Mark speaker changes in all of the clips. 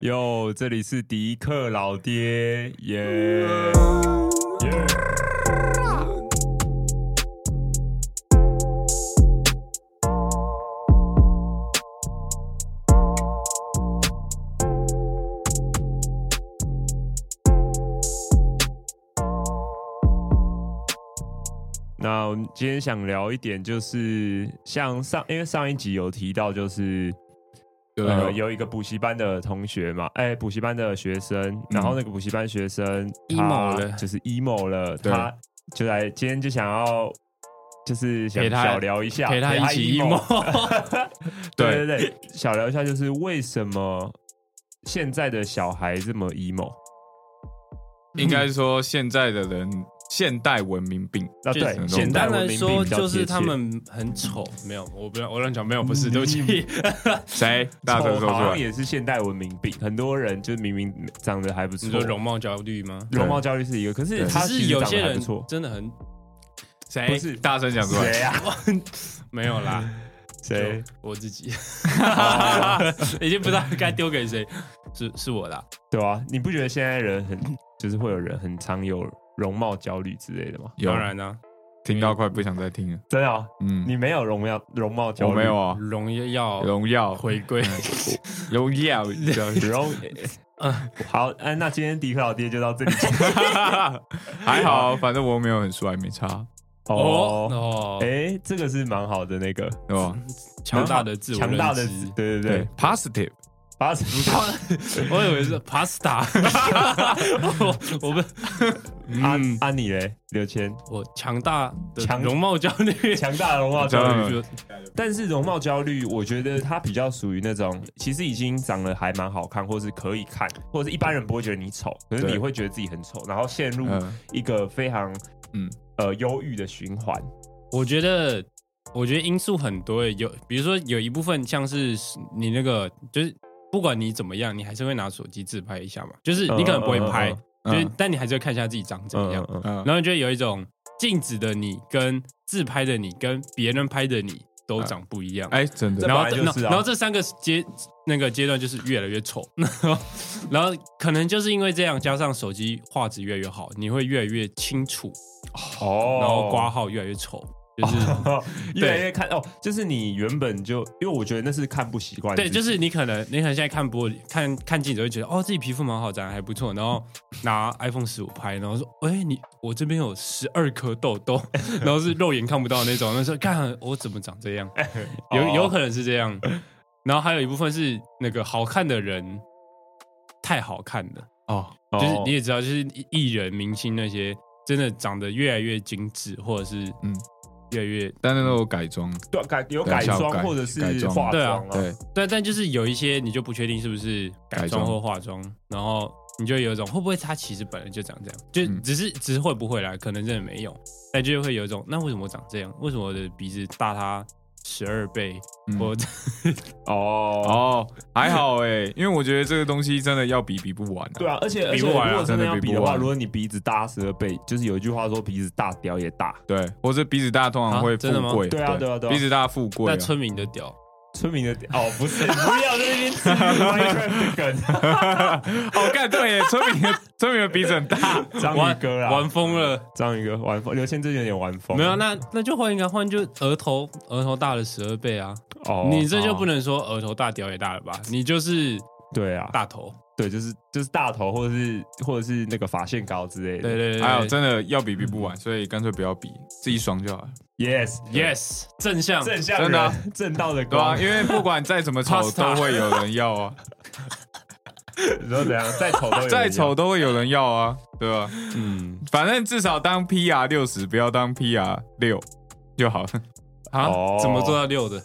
Speaker 1: 哟，这里是迪克老爹，耶、耶、那我们今天想聊一点，就是像上，因为上一集有提到，就是
Speaker 2: 嗯
Speaker 1: 呃，有一个补习班的同学嘛，哎、补习班的学生，然后那个补习班学生他
Speaker 2: 嗯 emo 了
Speaker 1: 就是 emo 了，
Speaker 2: 对
Speaker 1: 他就来今天就想要，就是想
Speaker 2: 陪他
Speaker 1: 小聊一下，
Speaker 2: 陪他一起
Speaker 1: emo，对对
Speaker 2: 对
Speaker 1: 对，小聊一下就是为什么现在的小孩这么 emo？
Speaker 3: 应该说现在的 人现代文明病，
Speaker 1: 那啊对，
Speaker 3: 就是
Speaker 1: 现
Speaker 2: 简
Speaker 1: 代
Speaker 2: 单
Speaker 1: 文
Speaker 2: 来
Speaker 1: 明病
Speaker 2: 说
Speaker 1: 比较
Speaker 2: 就是
Speaker 1: 贴
Speaker 2: 他
Speaker 1: 切嗯
Speaker 2: 们很丑，没有，我不要，我乱讲，没有，不是，对不起，
Speaker 3: 谁大声
Speaker 1: 丑
Speaker 3: 说
Speaker 1: 好像
Speaker 3: 出来？
Speaker 1: 也是现代文明病，很多人就是明明长得还不
Speaker 2: 你
Speaker 1: 错
Speaker 2: 说，容貌焦虑吗？
Speaker 1: 容貌焦虑是一个，可是
Speaker 3: 对
Speaker 1: 他其
Speaker 2: 只是
Speaker 1: 实
Speaker 2: 有
Speaker 1: 长得
Speaker 2: 些
Speaker 1: 还
Speaker 2: 人
Speaker 1: 不错，
Speaker 2: 真的很
Speaker 1: 不
Speaker 3: 谁
Speaker 1: 是
Speaker 3: 大声讲出来？
Speaker 1: 谁啊？
Speaker 2: 没有啦，
Speaker 1: 谁？
Speaker 2: 就我自己，
Speaker 1: 哦
Speaker 2: 已经不知道该丢给谁，是是我啦，
Speaker 1: 对啊，你不觉得现在人很就是会有人很常有容貌焦虑之类的吗？
Speaker 3: 有
Speaker 2: 当然啊啦，
Speaker 3: 听到快不想再听了。
Speaker 1: 真的、哦，
Speaker 3: 嗯，
Speaker 1: 你没有容貌容貌焦
Speaker 3: 我
Speaker 1: 虑，
Speaker 3: 没有啊，
Speaker 2: 荣耀
Speaker 3: 荣耀
Speaker 2: 回归，
Speaker 1: 嗯
Speaker 3: 荣耀， 对
Speaker 1: 容。好，哎，那今天迪克老爹就到 这里
Speaker 3: 还好，啊反正我没有很帅，没差，
Speaker 2: 哦
Speaker 1: 哦。
Speaker 2: 哦，
Speaker 1: 哎，这个是蛮好的那个
Speaker 3: 对吧？
Speaker 2: 强大的自我
Speaker 1: 强大的
Speaker 2: 认
Speaker 1: 自
Speaker 2: 知，
Speaker 1: 对对
Speaker 3: 对
Speaker 1: 对，
Speaker 3: ，positive，
Speaker 1: 八 十
Speaker 2: 我以为是 pasta，我我不，
Speaker 1: 安
Speaker 2: 嗯，
Speaker 1: 安啊你嘞，刘 谦，
Speaker 2: 我强大的
Speaker 1: 强嗯
Speaker 2: 容貌焦虑，
Speaker 1: 强大的容貌焦
Speaker 3: 强
Speaker 1: 虑。
Speaker 3: 大
Speaker 2: 就
Speaker 1: 但是容貌焦虑，我觉得它比较属于那种，其实已经长得还蛮好看，或是可以看，或者是一般人不会觉得你丑，可是
Speaker 3: 对
Speaker 1: 你会觉得自己很丑，然后陷入
Speaker 3: 嗯
Speaker 1: 一个非常嗯
Speaker 3: 嗯
Speaker 1: 呃忧郁的循环。
Speaker 2: 我觉得，我觉得因素很多耶，有比如说有一部分像是你那个，就是不管你怎么样，你还是会拿手机自拍一下嘛，就是你可能不会拍，
Speaker 1: 嗯
Speaker 2: 就是、
Speaker 3: 嗯
Speaker 2: 但你还是会看一下自己长怎么样，
Speaker 1: 嗯
Speaker 3: 嗯
Speaker 2: 然后就会有一种镜子的你跟自拍的你跟别人拍的你都长不一样。
Speaker 3: 哎，真
Speaker 1: 嗯
Speaker 3: 的
Speaker 1: 这，
Speaker 2: 然后，
Speaker 1: 本来
Speaker 2: 然
Speaker 1: 就
Speaker 2: 后
Speaker 1: 是啊
Speaker 2: 然后这三个阶那个阶段就是越来越丑， 然后，然后可能就是因为这样，加上手机画质越来越好，你会越来越清楚，
Speaker 1: 哦，
Speaker 2: 嗯然后挂号越来越丑，就是
Speaker 1: 越来越看哦，就是你原本就，因为我觉得那是看不习惯自
Speaker 2: 对，
Speaker 1: 己，
Speaker 2: 就是你可能你可能现在看玻璃看看镜子会觉得哦自己皮肤蛮好，长得还不错，然后拿 iPhone 十五拍，然后说哎、你我这边有十二颗痘痘， 然后是肉眼看不到那种，那时候看我怎么长这样，有
Speaker 1: 哦
Speaker 2: 有可能是这样，然后还有一部分是那个好看的人太好看了，
Speaker 3: 哦，
Speaker 1: 哦
Speaker 2: 就是你也知道，就是艺艺人明星那些真的长得越来越精致，或者是
Speaker 3: 嗯
Speaker 2: 越来越
Speaker 3: 但是都有改装，
Speaker 1: 对啊改有
Speaker 3: 对
Speaker 1: 改
Speaker 3: 小
Speaker 1: 装
Speaker 3: 改
Speaker 1: 或者是
Speaker 3: 改装
Speaker 1: 化
Speaker 2: 对啊
Speaker 1: 妆啊，
Speaker 3: 对，
Speaker 2: 对，但就是有一些你就不确定是不是改
Speaker 3: 改
Speaker 2: 装
Speaker 3: 装
Speaker 2: 或化妆，然后你就有一种会不会他其实本来就长这样，就
Speaker 3: 嗯
Speaker 2: 只是、只是会不会啦，可能真的没有，但就会有一种那为什么我长这样？为什么我的鼻子大他十二倍？
Speaker 3: 嗯
Speaker 2: 我
Speaker 1: 哦。
Speaker 3: 哦，还好哎，因为我觉得这个东西真的要比比不完啊，
Speaker 1: 对啊，而且而且，
Speaker 2: 比
Speaker 1: 如
Speaker 2: 不完啊
Speaker 1: 果真的要
Speaker 3: 真的
Speaker 1: 比
Speaker 3: 比不
Speaker 1: 的话，
Speaker 3: 完
Speaker 1: 如果你鼻子大十二倍，就是有一句话说鼻子大屌也大。
Speaker 3: 对，或者鼻子大通常
Speaker 2: 啊
Speaker 3: 会富
Speaker 2: 真的吗
Speaker 3: 贵，
Speaker 1: 对啊对啊对啊
Speaker 3: 鼻子大富贵
Speaker 2: 那
Speaker 3: 啊，
Speaker 2: 村民的屌，
Speaker 1: 村民的哦，不是，不要在那边吃 Minecraft 的啊
Speaker 3: 哦，干对耶，村民的村民的鼻子很大，
Speaker 1: 梗，章鱼
Speaker 2: 玩
Speaker 1: 哥
Speaker 2: 玩
Speaker 1: 啦，
Speaker 2: 疯了。
Speaker 1: 章鱼哥玩疯，刘谦最近有点玩啊疯，
Speaker 2: 没有，啊那那就换一个，换就额头额头大了十二倍啊！
Speaker 1: 哦，
Speaker 2: 你这就不
Speaker 1: 能
Speaker 2: 能说额头大屌也大了吧？你就是
Speaker 1: 对啊，
Speaker 2: 大头，
Speaker 1: 对，就是就是大头或者是或者是那个发线膏之类的，
Speaker 2: 对 对对
Speaker 3: 还有真的要比比不完，所以干脆不要比，自己爽就好了，
Speaker 1: y e s
Speaker 2: y e s 正向
Speaker 1: 正向
Speaker 3: 真的
Speaker 1: 人
Speaker 3: 啊
Speaker 1: 正道的
Speaker 3: 对啊，
Speaker 1: 光，
Speaker 3: 因为不管再怎么丑
Speaker 2: Pasta
Speaker 3: 都会有人 要啊，
Speaker 1: 你说怎样，再丑都有人
Speaker 3: 再
Speaker 1: 要
Speaker 3: 丑，都会有人要啊，对吧？
Speaker 1: 嗯，
Speaker 3: 反正至少当 PR 六十，不要当 PR 六就好了，
Speaker 2: 啊
Speaker 1: 哦？
Speaker 2: 怎么做到六的？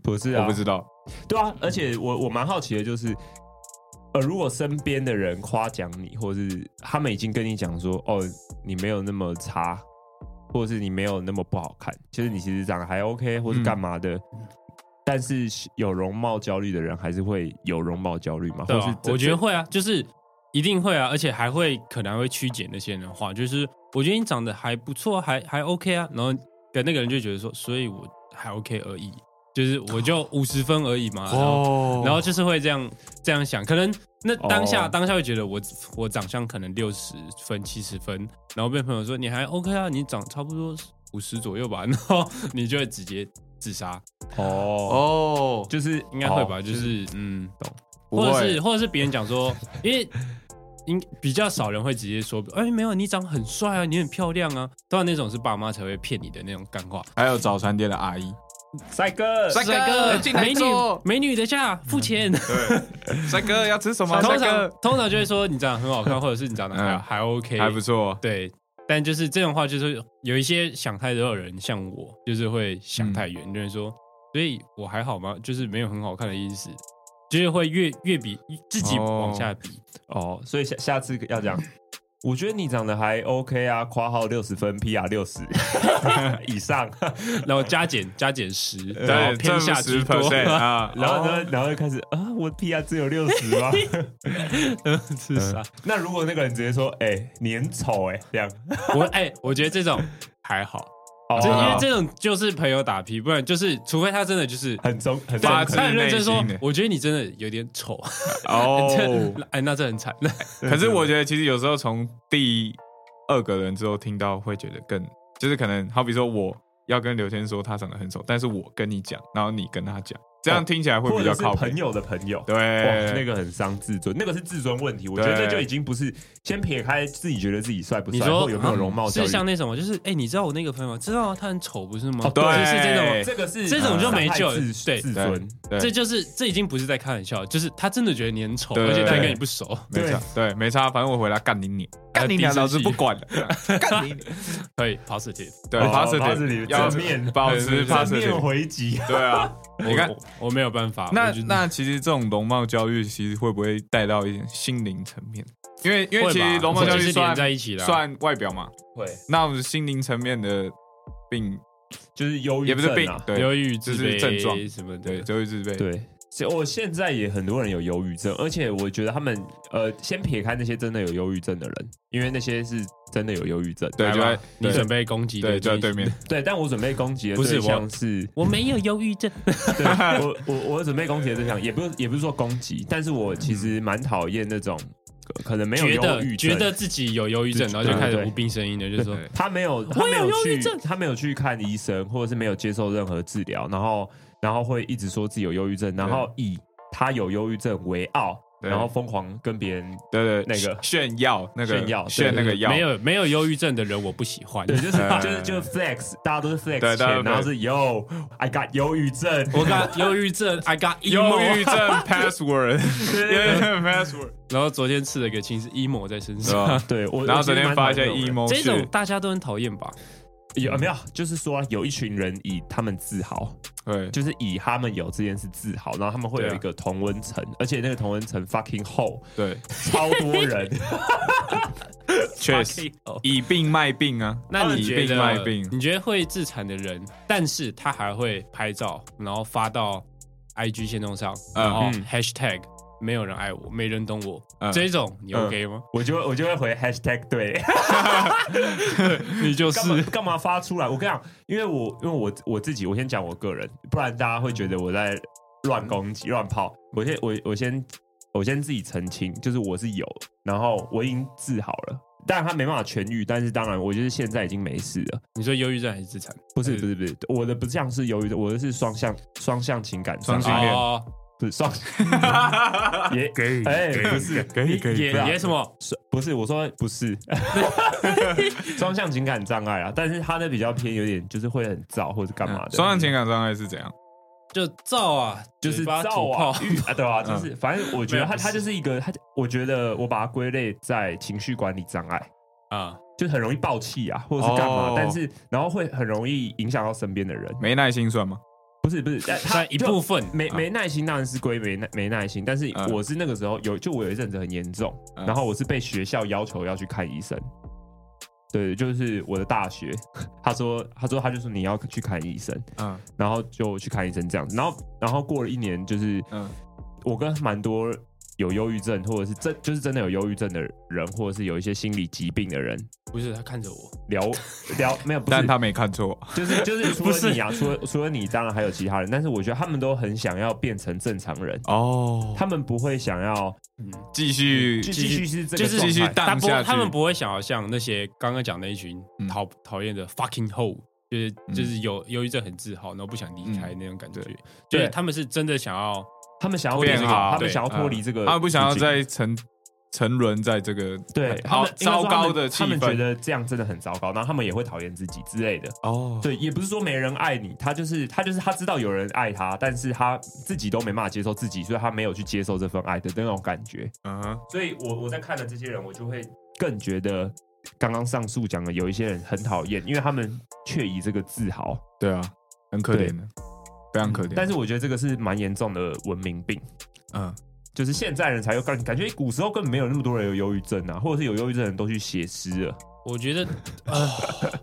Speaker 1: 不是
Speaker 3: 我
Speaker 1: 啊
Speaker 3: 不，知道，
Speaker 1: 对啊，而且我我蛮好奇的就是。呃，如果身边的人夸奖你，或是他们已经跟你讲说，哦，你没有那么差，或者是你没有那么不好看，就是你其实长得还 OK，或是
Speaker 3: 嗯
Speaker 1: 干嘛的，但是有容貌焦虑的人还是会有容貌焦虑嘛？
Speaker 2: 对
Speaker 1: 或是
Speaker 2: 啊，
Speaker 1: 这
Speaker 2: 我觉得会啊，就是一定会啊，而且还会可能还会曲解那些人的话，就是我觉得你长得还不错，还还 OK 啊，然后跟那个人就觉得说，所以我还 OK 而已，就是我就五十分而已嘛，然后
Speaker 1: 哦
Speaker 2: 然后就是会这样这样想，可能那当下、
Speaker 1: 哦
Speaker 2: 当下会觉得我我长相可能六十分七十分，然后被朋友说你还 OK 啊，你长差不多五十左右吧，然后你就会直接自杀，
Speaker 1: 哦，
Speaker 3: 哦，
Speaker 1: 就是
Speaker 2: 应该会吧？
Speaker 1: 哦
Speaker 2: 就是嗯，
Speaker 3: 不
Speaker 2: 或者
Speaker 3: 会
Speaker 2: 是或者是别人讲说， 因为。应比较少人会直接说，哎、没有，你长得很帅啊，你很漂亮啊。当然那种是爸妈才会骗你的那种干话。
Speaker 3: 还有早餐店的阿姨，
Speaker 1: 哦帅哥，
Speaker 3: 帅哥进来
Speaker 2: 美女
Speaker 3: 坐，
Speaker 2: 美女，等一下，付钱。
Speaker 3: 对， 帅哥要吃什么？
Speaker 2: 通
Speaker 3: 帅
Speaker 2: 常
Speaker 3: 哥
Speaker 2: 通常就会说你长得很好看，或者是你长得还、
Speaker 3: 嗯
Speaker 2: 还 OK，
Speaker 3: 还不错，
Speaker 2: 对。但就是这种话，就是有一些想太多的人，像我，就是会想太
Speaker 3: 嗯
Speaker 2: 远，就是说，所以我还好吗？就是没有很好看的意思，就是会越越比自己
Speaker 3: 哦
Speaker 2: 往下比。
Speaker 1: 哦，所以下下次要讲，我觉得你长得还 OK 啊，括号六十分，PR 六十以上，
Speaker 2: 然后加减加减十，然后
Speaker 3: 对，
Speaker 2: 偏下居
Speaker 3: 十
Speaker 2: 多，
Speaker 3: percent 啊，
Speaker 1: 然后呢，然后就开始啊，我 PR 只有六十吗？
Speaker 2: 是啥？
Speaker 1: 那如果那个人直接说，哎，你很丑，哎，这样，
Speaker 2: 我哎、我觉得这种还好，
Speaker 1: 哦
Speaker 2: 这因为这种就是朋友打屁，不然就是除非他真的就是
Speaker 1: 很中很中
Speaker 2: 对
Speaker 3: 发
Speaker 2: 啊
Speaker 3: 自
Speaker 2: 他很认真说
Speaker 3: 内心的，
Speaker 2: 我觉得你真的有点丑。
Speaker 3: 哦。
Speaker 2: 这哎，那这很惨。
Speaker 3: 可是啊我觉得其实有时候从第二个人之后听到，会觉得更就是可能好比说我要跟刘谦说他长得很丑，但是我跟你讲，然后你跟他讲，这样听起来会
Speaker 1: 或
Speaker 3: 比
Speaker 1: 者
Speaker 3: 较
Speaker 1: 是
Speaker 3: 靠谱
Speaker 1: 朋。友的朋友，
Speaker 3: 对
Speaker 1: 哇，，那个很伤自尊，那个是自尊问题。我觉得
Speaker 3: 对
Speaker 1: 这就已经不是先撇开自己觉得自己帅不
Speaker 2: 你
Speaker 1: 帅，
Speaker 2: 说啊嗯
Speaker 1: 或有没有容貌焦
Speaker 2: 是
Speaker 1: 虑，
Speaker 2: 像那种，就是哎、你知道我那个朋友，知道啊他很丑，不是吗？
Speaker 1: 哦对
Speaker 2: 就是这种，
Speaker 1: 这个是
Speaker 2: 这种就没救了
Speaker 1: 伤害
Speaker 2: 对
Speaker 1: 自自尊。
Speaker 3: 对
Speaker 2: 这就是这已经不是在开玩笑，就是他真的觉得你很丑，
Speaker 3: 对
Speaker 2: 而且他还跟你不熟。
Speaker 3: 没差，对，没差，反正我回来干你你，干你
Speaker 2: 呃
Speaker 3: 娘，
Speaker 2: 第一
Speaker 3: 老
Speaker 2: 次去
Speaker 3: 子不管了，干你娘，
Speaker 2: 可以 positive，
Speaker 3: 对
Speaker 1: 哦
Speaker 3: ，positive，
Speaker 1: positive，
Speaker 3: 要
Speaker 1: 正面
Speaker 3: 保持
Speaker 1: 正面哦
Speaker 3: positive，
Speaker 1: 回击，
Speaker 3: 对啊，你看
Speaker 2: 我，我我没有办法。
Speaker 3: 那
Speaker 2: 我觉得
Speaker 3: 那其实这种容貌焦虑，其实会不会带到一点心灵层面？因为因为其实
Speaker 2: 会吧
Speaker 3: 容貌焦
Speaker 2: 这
Speaker 3: 虑
Speaker 2: 是连
Speaker 3: 算
Speaker 2: 在一起的啊，
Speaker 3: 算外表嘛，
Speaker 1: 会
Speaker 3: 那我们心灵层面的病
Speaker 1: 就是忧郁
Speaker 3: 也不是病
Speaker 1: 症啊，
Speaker 3: 对
Speaker 2: 忧郁、自
Speaker 3: 这
Speaker 2: 卑
Speaker 3: 是症状
Speaker 2: 什么的。
Speaker 3: 对，就会自卑。
Speaker 1: 对。所以我现在也很多人有忧郁症，而且我觉得他们呃，先撇开那些真的有忧郁症的人，因为那些是真的有忧郁症。
Speaker 3: 对，
Speaker 2: 来
Speaker 3: 就
Speaker 2: 吧
Speaker 3: 在
Speaker 2: 你
Speaker 3: 对
Speaker 2: 准备攻击
Speaker 3: 对就在对面，
Speaker 1: 对，但我准备攻击的
Speaker 2: 不是
Speaker 1: 对
Speaker 2: 我
Speaker 1: 象 是
Speaker 2: 我没有忧郁症。
Speaker 1: 对我我我准备攻击的对象，也不是也不是说攻击，但是我其实蛮讨厌那种可可能没有
Speaker 2: 觉
Speaker 1: 忧
Speaker 2: 得
Speaker 1: 郁
Speaker 2: 觉
Speaker 1: 症，
Speaker 2: 得自己有忧郁症，
Speaker 1: 对
Speaker 2: 然后就开始
Speaker 1: 对
Speaker 2: 无病呻吟的，就说
Speaker 3: 对
Speaker 1: 他没有他
Speaker 2: 我
Speaker 1: 没
Speaker 2: 有忧郁
Speaker 1: 有去
Speaker 2: 症
Speaker 1: 他没有去看医生，或者是没有接受任何治疗，然后然后会一直说自己有忧郁症，然后以他有忧郁症为傲，
Speaker 3: 对
Speaker 1: 然后疯狂跟别人
Speaker 3: 对对
Speaker 1: 那个
Speaker 3: 炫耀那个
Speaker 1: 炫耀对
Speaker 3: 炫那个耀，
Speaker 2: 没有没有忧郁症的人我不喜欢。
Speaker 1: 对，就是
Speaker 3: 哎
Speaker 1: 就是就是 flex，大家都是 flex
Speaker 3: 对大家都
Speaker 1: 前，然后是 yo I got 忧郁症，
Speaker 2: 我 got 忧郁症，I got
Speaker 3: 忧
Speaker 2: emo。
Speaker 3: 郁症 password，忧郁症 password，
Speaker 2: 然后昨天吃了一个青是 emo 在身
Speaker 3: 是
Speaker 2: 上，
Speaker 3: 吧？
Speaker 1: 对我
Speaker 3: 然后
Speaker 1: 我其实
Speaker 3: 昨天
Speaker 1: 蛮
Speaker 3: 发一
Speaker 1: 讨
Speaker 3: 些
Speaker 1: 厌这种人
Speaker 3: emo
Speaker 2: 这种
Speaker 3: 哦是，
Speaker 2: 大家都很讨厌吧？
Speaker 1: 有没有？就是说有一群人以他们自豪，
Speaker 3: 对
Speaker 1: 就是以他们有这件事自豪，然后他们会
Speaker 3: 啊
Speaker 1: 有一个同温层，而且那个同温层 fucking 厚，
Speaker 3: 对，
Speaker 1: 超多 人。
Speaker 3: 确实 Oh
Speaker 2: Fuck you
Speaker 3: 以病卖病啊，
Speaker 2: 那你
Speaker 3: 以
Speaker 2: 觉
Speaker 3: 病卖
Speaker 2: 得
Speaker 3: 病？
Speaker 2: 你觉得会自残的人，但是他还会拍照，然后发到 IG 线动上，
Speaker 3: 嗯
Speaker 2: 然后
Speaker 1: 嗯
Speaker 2: hashtag 没有人爱我，没人懂我，
Speaker 3: 嗯
Speaker 2: 这种你
Speaker 1: 嗯
Speaker 2: OK 吗？
Speaker 1: 我就我就会回 hashtag 对，
Speaker 2: 你就
Speaker 1: 干嘛干嘛发出来？我跟你讲，因为我因为我我自己，我先讲我个人，不然大家会觉得我在乱攻击乱炮。我先我我先我先自己澄清，就是我是有，然后我已经治好了，但他没办法痊愈，但是当然我就是现在已经没事了。
Speaker 2: 你说忧郁症还是自残？
Speaker 1: 不是不是不是，我的不像是由于我的是双向双向情感上
Speaker 3: 双性恋
Speaker 2: 哦，
Speaker 1: 不是 双也
Speaker 3: 可以
Speaker 1: 哎不是
Speaker 3: 可以可
Speaker 2: 也
Speaker 1: 不要
Speaker 2: 也什么？
Speaker 1: 是不是？我说不是， 双向情感障碍啊，但是他那比较偏，有点就是会很燥或者干嘛的。
Speaker 3: 嗯双向情感障碍是怎样？
Speaker 2: 就造啊，
Speaker 1: 就是
Speaker 2: 嘴巴
Speaker 1: 燥
Speaker 2: 吐
Speaker 1: 啊
Speaker 2: 泡， 嗯
Speaker 1: 郁啊，对吧、啊？就是反正我觉得
Speaker 2: 没有
Speaker 1: 他
Speaker 2: 不是
Speaker 1: 他就是一个他，我觉得我把它归类在情绪管理障碍，
Speaker 2: 啊，
Speaker 1: 就是很容易暴气啊，或者是干嘛，
Speaker 3: 哦
Speaker 1: 但是然后会很容易影响到身边的人。
Speaker 3: 没耐心算吗？
Speaker 1: 不是不是，但他
Speaker 2: 算一部分嗯
Speaker 1: 没
Speaker 3: 啊
Speaker 1: 没耐心当然是归没耐没耐心，但是
Speaker 3: 嗯
Speaker 1: 我是那个时候有，就我有一阵子很严重，
Speaker 3: 嗯
Speaker 1: 然后我是被学校要求要去看医生。对，就是我的大学， 他说，他说，他就说你要去看医生，
Speaker 3: 嗯
Speaker 1: 然后就去看医生这样子，然后，然后过了一年，就是
Speaker 3: 嗯
Speaker 1: 我跟蛮多有忧郁症，或者是真就是真的有忧郁症的人，或者是有一些心理疾病的人
Speaker 2: 不是他看着我，
Speaker 1: 聊聊没有，不是
Speaker 3: 但他没看错，
Speaker 1: 就是 就是除
Speaker 2: 不
Speaker 1: 了
Speaker 2: 是
Speaker 1: 你啊，除了除了你，当然还有其他人，但是我觉得他们都很想要变成正常人，
Speaker 3: 哦，
Speaker 1: 他们不会想要
Speaker 2: 嗯，
Speaker 3: 继续
Speaker 1: 继继续是这
Speaker 2: 就
Speaker 1: 个
Speaker 2: 是
Speaker 1: 状
Speaker 3: 继续
Speaker 1: 态
Speaker 2: 他
Speaker 3: 荡
Speaker 2: 不
Speaker 3: 下去，
Speaker 2: 他们不会想要像那些刚刚讲那一群
Speaker 3: 嗯
Speaker 2: 讨讨厌的 fucking hoe，就是
Speaker 3: 嗯
Speaker 2: 就是有忧郁症很自豪，然后不想离开那种感觉
Speaker 3: 对，
Speaker 2: 就是
Speaker 1: 对
Speaker 2: 他们是真的想要
Speaker 1: 他们想要
Speaker 2: 脱离
Speaker 1: 变
Speaker 2: 这个
Speaker 1: 好，他
Speaker 2: 对
Speaker 1: 们想要脱离这个处境，
Speaker 3: 嗯他们不想要再沉沉沦在这个
Speaker 1: 对他
Speaker 3: 好
Speaker 1: 们应该说
Speaker 3: 糟糕的气
Speaker 1: 他们，他们觉
Speaker 3: 氛
Speaker 1: 得这样真的很糟糕，然后他们也会讨厌自己之类的。
Speaker 3: 哦，
Speaker 1: 对，也不是说没人爱你，他就是他就是他知道有人爱他，但是他自己都没办法接受自己，所以他没有去接受这份爱的那种感觉。
Speaker 3: 嗯哼，
Speaker 1: 所以我我在看了这些人，我就会更觉得刚刚上述讲的有一些人很讨厌，因为他们却以这个自豪。
Speaker 3: 对啊，很可怜的，非常可怜。
Speaker 1: 但
Speaker 3: 是
Speaker 1: 是我觉得这个是蛮严重的文明病，
Speaker 3: 嗯，
Speaker 1: 就是现在人才有感感觉古时候根本没有那么多人有忧郁症啊，或者是有忧郁症的人都去写诗了，
Speaker 2: 我觉得，呃，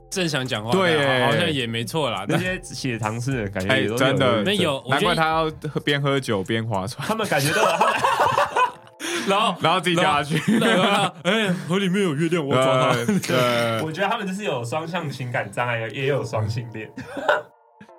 Speaker 2: 正想讲话，
Speaker 3: 对
Speaker 2: 但
Speaker 3: 耶
Speaker 2: 好像也没错啦。
Speaker 1: 那
Speaker 2: 但
Speaker 1: 些写唐诗的人感觉
Speaker 3: 哎
Speaker 1: 也都，是
Speaker 3: 真的
Speaker 1: 忧郁症
Speaker 2: 没有我觉得
Speaker 3: 难怪他要喝边喝酒边划船，
Speaker 1: 他们感觉到了，他们
Speaker 2: 然后，
Speaker 3: 然后自己 掉下去。
Speaker 2: 然后他哎，河里面有月亮，我要抓它。
Speaker 3: 对对，
Speaker 1: 我觉得他们就是有双向情感障碍，也有双性恋。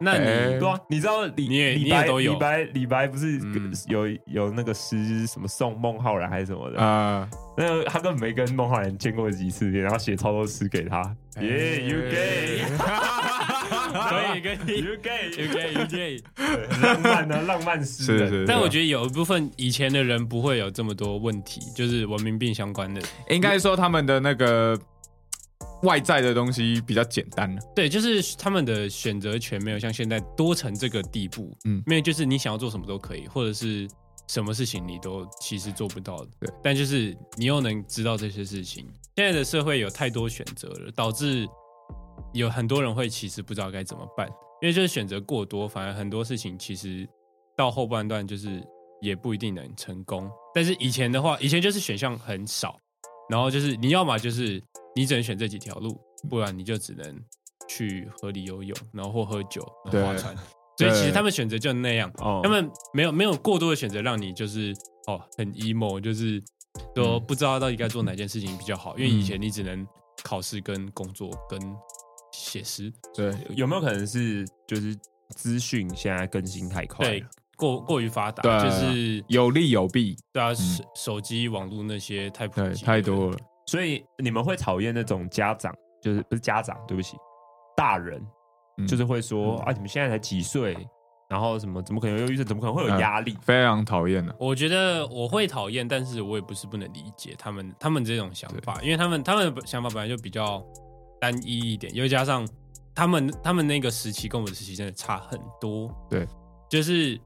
Speaker 2: 那你
Speaker 3: 哎
Speaker 1: 对啊，你知道李
Speaker 2: 你也
Speaker 1: 李白
Speaker 2: 你也都有
Speaker 1: 李白李白不是
Speaker 2: 嗯
Speaker 1: 有有那个诗什么送孟浩然还是什么的，
Speaker 3: 啊，
Speaker 1: 那他根本没跟孟浩然见过几次面，然后写超多诗给他。耶，you gay，you
Speaker 2: 哎
Speaker 1: 哎
Speaker 2: 可以 可以
Speaker 1: gay，
Speaker 2: ，OK OK。
Speaker 1: 浪漫啊，浪漫诗
Speaker 3: 是
Speaker 1: 人。
Speaker 3: 是，
Speaker 2: 但我
Speaker 3: 得
Speaker 2: 觉得有一部分以前的人不会有这么多问题，就是文明病相关的。
Speaker 3: 应该说他们的那个外在的东西比较简单了，
Speaker 2: 对，就是他们的选择权没有像现在多成这个地步。嗯
Speaker 3: 嗯，
Speaker 2: 没有，就是你想要做什么都可以，或者是什么事情你都其实做不到的。
Speaker 3: 对，
Speaker 2: 但就是你又能知道这些事情。现在的社会有太多选择了，导致有很多人会其实不知道该怎么办，因为就是选择过多，反而很多事情其实到后半段就是也不一定能成功。但是以前的话，以前就是选项很少，然后就是你要么就是你只能选这几条路，不然你就只能去河里游泳，然后或喝酒，然后划
Speaker 3: 对啊
Speaker 2: 船。所以其实
Speaker 3: 对
Speaker 2: 他们选择就那样，
Speaker 1: 哦
Speaker 2: 他们没有没有过多的选择让你就是哦很 emo，就是都
Speaker 3: 嗯
Speaker 2: 不知道到底该做哪件事情比较好，因为以前你只能考试跟工作跟写诗，
Speaker 3: 对，
Speaker 1: 有没有可能是就是资讯现在更新太快？
Speaker 2: 对，，过过于发达，
Speaker 3: 对
Speaker 2: 就是
Speaker 3: 有利有弊，
Speaker 2: 对啊，手手机网络那些太普
Speaker 3: 对，
Speaker 2: 及，
Speaker 3: 太多了。
Speaker 1: 所以你们会讨厌那种家长，就是不是家长，对不起，大人，
Speaker 3: 嗯
Speaker 1: 就是会说、
Speaker 3: 嗯
Speaker 1: 啊，你们现在才几岁，然后什么，怎么可能有忧郁症？怎么可能会有压力？
Speaker 3: 非常讨厌的，
Speaker 2: 我觉得我会讨厌，但是我也不是不能理解他们他们这种想法，因为他们他们的想法本来就比较单一一点，又加上他们他们那个时期跟我的时期真的差很多。
Speaker 3: 对，
Speaker 2: 就是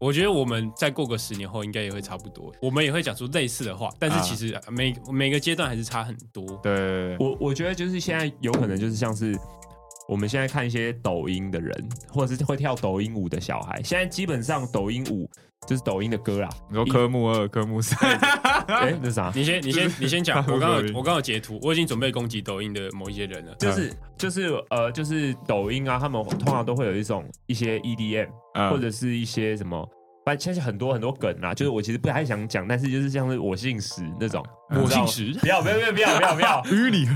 Speaker 2: 我觉得我们再过个十年后，应该也会差不多，我们也会讲出类似的话，但是
Speaker 3: 啊
Speaker 2: 其实每、每个阶段还是差很多。
Speaker 3: 对对对对，
Speaker 1: 我我觉得就是现在有可能就是像是我们现在看一些抖音的人，或者是会跳抖音舞的小孩，现在基本上抖音舞就是抖音的歌啦。
Speaker 3: 你说科目二、科目三，
Speaker 1: 哎、那啥，
Speaker 2: 你先，你先，你先讲。
Speaker 3: 差
Speaker 2: 我
Speaker 3: 不多
Speaker 2: 刚有
Speaker 3: 而已
Speaker 2: 我刚有截图，我已经准备攻击抖音的某一些人 了。
Speaker 1: 就是就是呃，就是抖音啊，他们通常都会有一种一些 EDM，
Speaker 3: 嗯
Speaker 1: 或者是一些什么。反正现在很多很多梗啦，就是我其实不太想讲，但是就是像是我姓石那种，
Speaker 3: 嗯
Speaker 1: 你知道
Speaker 2: 我姓石
Speaker 1: 不要不要不要不要不要不
Speaker 3: 淤泥，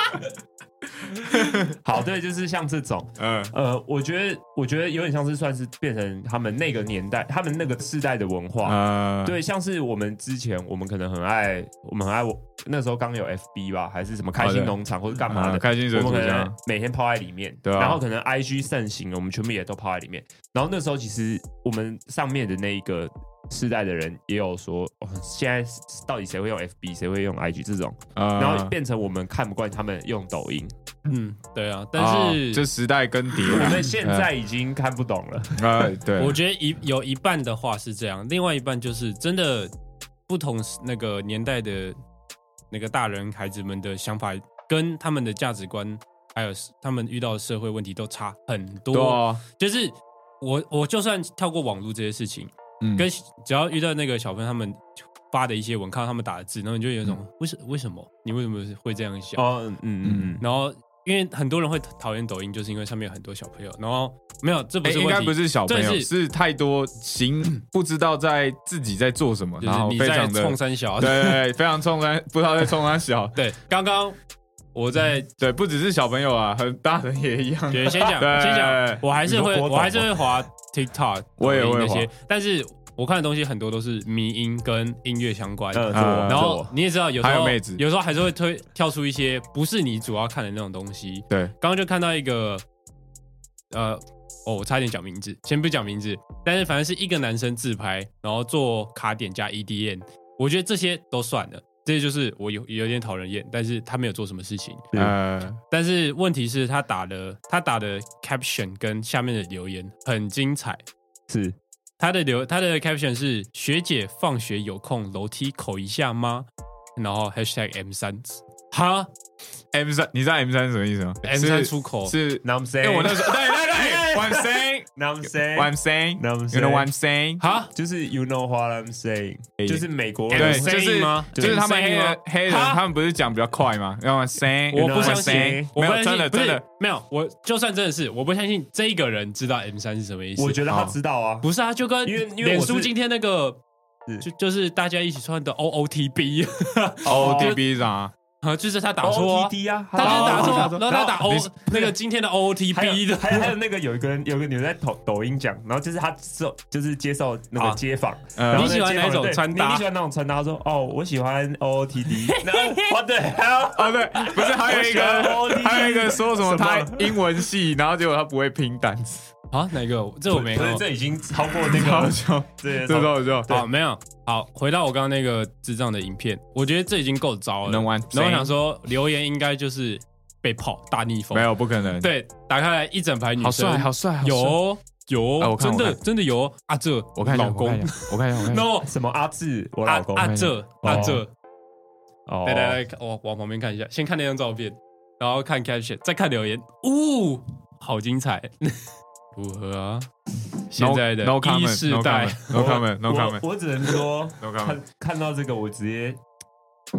Speaker 1: 要，好对，就是像这种，
Speaker 3: 嗯，
Speaker 1: 呃，我觉得我觉得有点像是算是变成他们那个年代，他们那个世代的文化，
Speaker 3: 啊，
Speaker 1: 对，像是我们之前我们可能很爱，我们很爱我那时候刚有 FB 吧，还是什么开心
Speaker 3: 对
Speaker 1: 农场或者干嘛
Speaker 3: 啊，
Speaker 1: 的，
Speaker 3: 开心水
Speaker 1: 我
Speaker 3: 煮
Speaker 1: 们可
Speaker 3: 酱
Speaker 1: 能，每天泡在里面，
Speaker 3: 对啊
Speaker 1: 然后可能 IG 盛行，我们全部也都泡在里面。然后那时候其实我们上面的那一个世代的人也有说，哦、现在到底谁会用 FB，谁会用 IG 这种，
Speaker 3: 然
Speaker 1: 然后变成我们看不惯他们用抖音，
Speaker 2: 嗯，对啊，但是、
Speaker 3: 这时代更迭
Speaker 1: 我
Speaker 3: 了，
Speaker 1: 们现在已经看不懂了。
Speaker 3: 嗯啊，对，
Speaker 2: 我觉得一有一半的话是这样，另外一半就是真的不同时那个年代的那个大人孩子们的想法跟他们的价值观，还有他们遇到的社会问题都差很多。
Speaker 3: 对啊，
Speaker 2: 就是我我就算跳过网络这些事情，
Speaker 3: 嗯
Speaker 2: 跟只要遇到那个小芬他们发的一些
Speaker 3: 嗯
Speaker 2: 哦文，看到他们打的字，然后你就有一种、为什为什么你为什么会这样想？
Speaker 1: 哦，嗯嗯嗯，
Speaker 2: 然后因为很多人会讨厌抖音，就是因为上面有很多小朋友。然后没有，这不
Speaker 3: 哎
Speaker 2: 是
Speaker 3: 应
Speaker 2: 问
Speaker 3: 该
Speaker 2: 题
Speaker 3: 不是小朋友，
Speaker 2: 这
Speaker 3: 是
Speaker 2: 是
Speaker 3: 太多行不知道在自己在做什么，
Speaker 2: 就
Speaker 3: 然
Speaker 2: 是
Speaker 3: 后
Speaker 2: 你
Speaker 3: 非
Speaker 2: 在
Speaker 3: 常的
Speaker 2: 冲三小啊。。
Speaker 3: 对，非常冲 山，不知道在冲山小
Speaker 2: 对，刚刚我在
Speaker 3: 对，不只是小朋友啊，很大人也一样。
Speaker 2: 对，先讲，
Speaker 3: 对
Speaker 2: 先讲，我还是
Speaker 1: 你
Speaker 2: 会，
Speaker 1: 说国宝
Speaker 2: 我还是会滑 TikTok，
Speaker 3: 我也
Speaker 2: 抖音
Speaker 3: 会
Speaker 2: 那
Speaker 3: 滑
Speaker 2: 些，但是我看的东西很多都是迷音跟音乐相关。
Speaker 1: 嗯，
Speaker 3: 啊
Speaker 1: 然
Speaker 2: 然
Speaker 1: 后
Speaker 2: 后你也知道，有时
Speaker 3: 还有
Speaker 2: 候
Speaker 3: 妹子
Speaker 2: 时候还是会推跳出一些不是你主要看的那种东西。
Speaker 3: 对
Speaker 2: 刚刚就看到一个，呃，哦，我差点讲名字，先不讲名字，但是反正是一个男生自拍，然后做卡点加 EDM，我觉得这些都算了，这些就是我有有点讨人厌，但是他没有做什么事情。
Speaker 1: 对
Speaker 3: 呃，
Speaker 2: 但是问题是他打的他打的 caption 跟下面的留言很精彩。
Speaker 1: 是
Speaker 2: 他的留他的 caption 是学姐放学有空楼梯口一下吗？然后 hashtag M 三哈
Speaker 3: M 三，你知道 M 三什么意思吗
Speaker 2: M
Speaker 3: 是
Speaker 2: 三出口哎
Speaker 3: 是，
Speaker 1: Nam
Speaker 3: 因
Speaker 1: Say，
Speaker 3: 哎为我那时候，对对对，What I'm saying。
Speaker 1: Nam
Speaker 3: What I'm
Speaker 1: Say，
Speaker 3: saying,
Speaker 1: What I'm
Speaker 3: you know
Speaker 1: saying
Speaker 3: what I'm saying？
Speaker 2: 哈
Speaker 1: 就是 You know what I'm saying，就是美国
Speaker 2: 对
Speaker 1: 人
Speaker 3: 对，就
Speaker 2: saying
Speaker 3: 是
Speaker 2: 吗
Speaker 3: 就是他们黑
Speaker 2: saying
Speaker 3: 人
Speaker 2: 吗
Speaker 3: 黑人，
Speaker 2: 哈
Speaker 3: 他们不是讲比较快吗？然后 saying，
Speaker 2: 我不
Speaker 3: you know what
Speaker 2: 相
Speaker 3: I'm
Speaker 2: 信
Speaker 3: saying？
Speaker 2: 我
Speaker 3: 没
Speaker 2: 不
Speaker 3: 有
Speaker 2: 相信
Speaker 3: 真的
Speaker 2: 不是
Speaker 3: 真的，
Speaker 2: 没有，我就算真的是，我不相信这一个人知道 M 三是什么意思。
Speaker 1: 我觉得他知道啊，
Speaker 2: 不是啊，就跟
Speaker 1: 因为因为
Speaker 2: 脸
Speaker 1: 我是
Speaker 2: 书今天那个
Speaker 1: 是，
Speaker 2: 就就是大家一起穿的 O O T B
Speaker 3: 哦，DB 是啊，
Speaker 2: 啊，就是他打错啊
Speaker 1: OOTD 啊，
Speaker 2: 他就是打错，
Speaker 1: 哦
Speaker 2: 然后他打 O
Speaker 1: 然后
Speaker 2: 那个今天的 O O T
Speaker 1: 还
Speaker 2: B
Speaker 1: 有
Speaker 2: 的，
Speaker 1: 还有还有那个有一个人有一个女的在抖抖音讲，然后就是她受就是接受那
Speaker 2: 啊
Speaker 1: 个街访，
Speaker 3: 嗯
Speaker 1: 然后
Speaker 2: 你喜欢
Speaker 1: 那个街访
Speaker 2: 哪种
Speaker 1: 对
Speaker 2: 穿搭
Speaker 1: 你你喜欢哪种穿搭？她说哦，我喜欢 O O T D。然后 What the hell？
Speaker 3: 哦对，不是还有一
Speaker 1: 我喜
Speaker 3: 个
Speaker 1: 欢 OOTD
Speaker 3: 还有一个说什
Speaker 1: 什么
Speaker 3: 么他英文系，然后结果他不会拼单词，
Speaker 2: 啊，哪个？这我没
Speaker 1: 不是
Speaker 2: 看过。
Speaker 1: 这已经超过那
Speaker 3: 好
Speaker 1: 个
Speaker 2: 哦
Speaker 3: 笑，
Speaker 1: 这
Speaker 3: 这种这
Speaker 2: 好，没有。好，回到我刚刚那个智障的影片，我觉得这已经够糟了。
Speaker 3: 能玩
Speaker 2: 然后我想说，留言应该就是被泡大逆风。
Speaker 3: 没，有不可能，，
Speaker 2: 对，打开来一整排女生，
Speaker 3: 好帅好帅，好帅
Speaker 2: 有哦有
Speaker 3: 啊
Speaker 2: 哦
Speaker 3: 我，看
Speaker 2: 真
Speaker 3: 我
Speaker 2: 的
Speaker 3: 看
Speaker 2: 真的有哦啊，这
Speaker 3: 我看一下
Speaker 2: 老公，，
Speaker 3: 我看一下，我看一下我看一下，
Speaker 2: no
Speaker 1: 什么阿志，我
Speaker 2: 啊
Speaker 1: 老公
Speaker 2: 啊
Speaker 3: 看一下
Speaker 2: 这啊这，
Speaker 1: 哦
Speaker 3: 啊
Speaker 2: 来来来，我往旁边看一下，先看那张照片，然后看 caption，再看留言，呜、好精彩， 如何啊？现在的
Speaker 3: No comment，
Speaker 2: 一世
Speaker 3: no
Speaker 2: 代
Speaker 3: comment，No comment, no
Speaker 1: 我
Speaker 3: comment.
Speaker 1: 我只能说
Speaker 3: No comment
Speaker 1: 看看到这个我直接，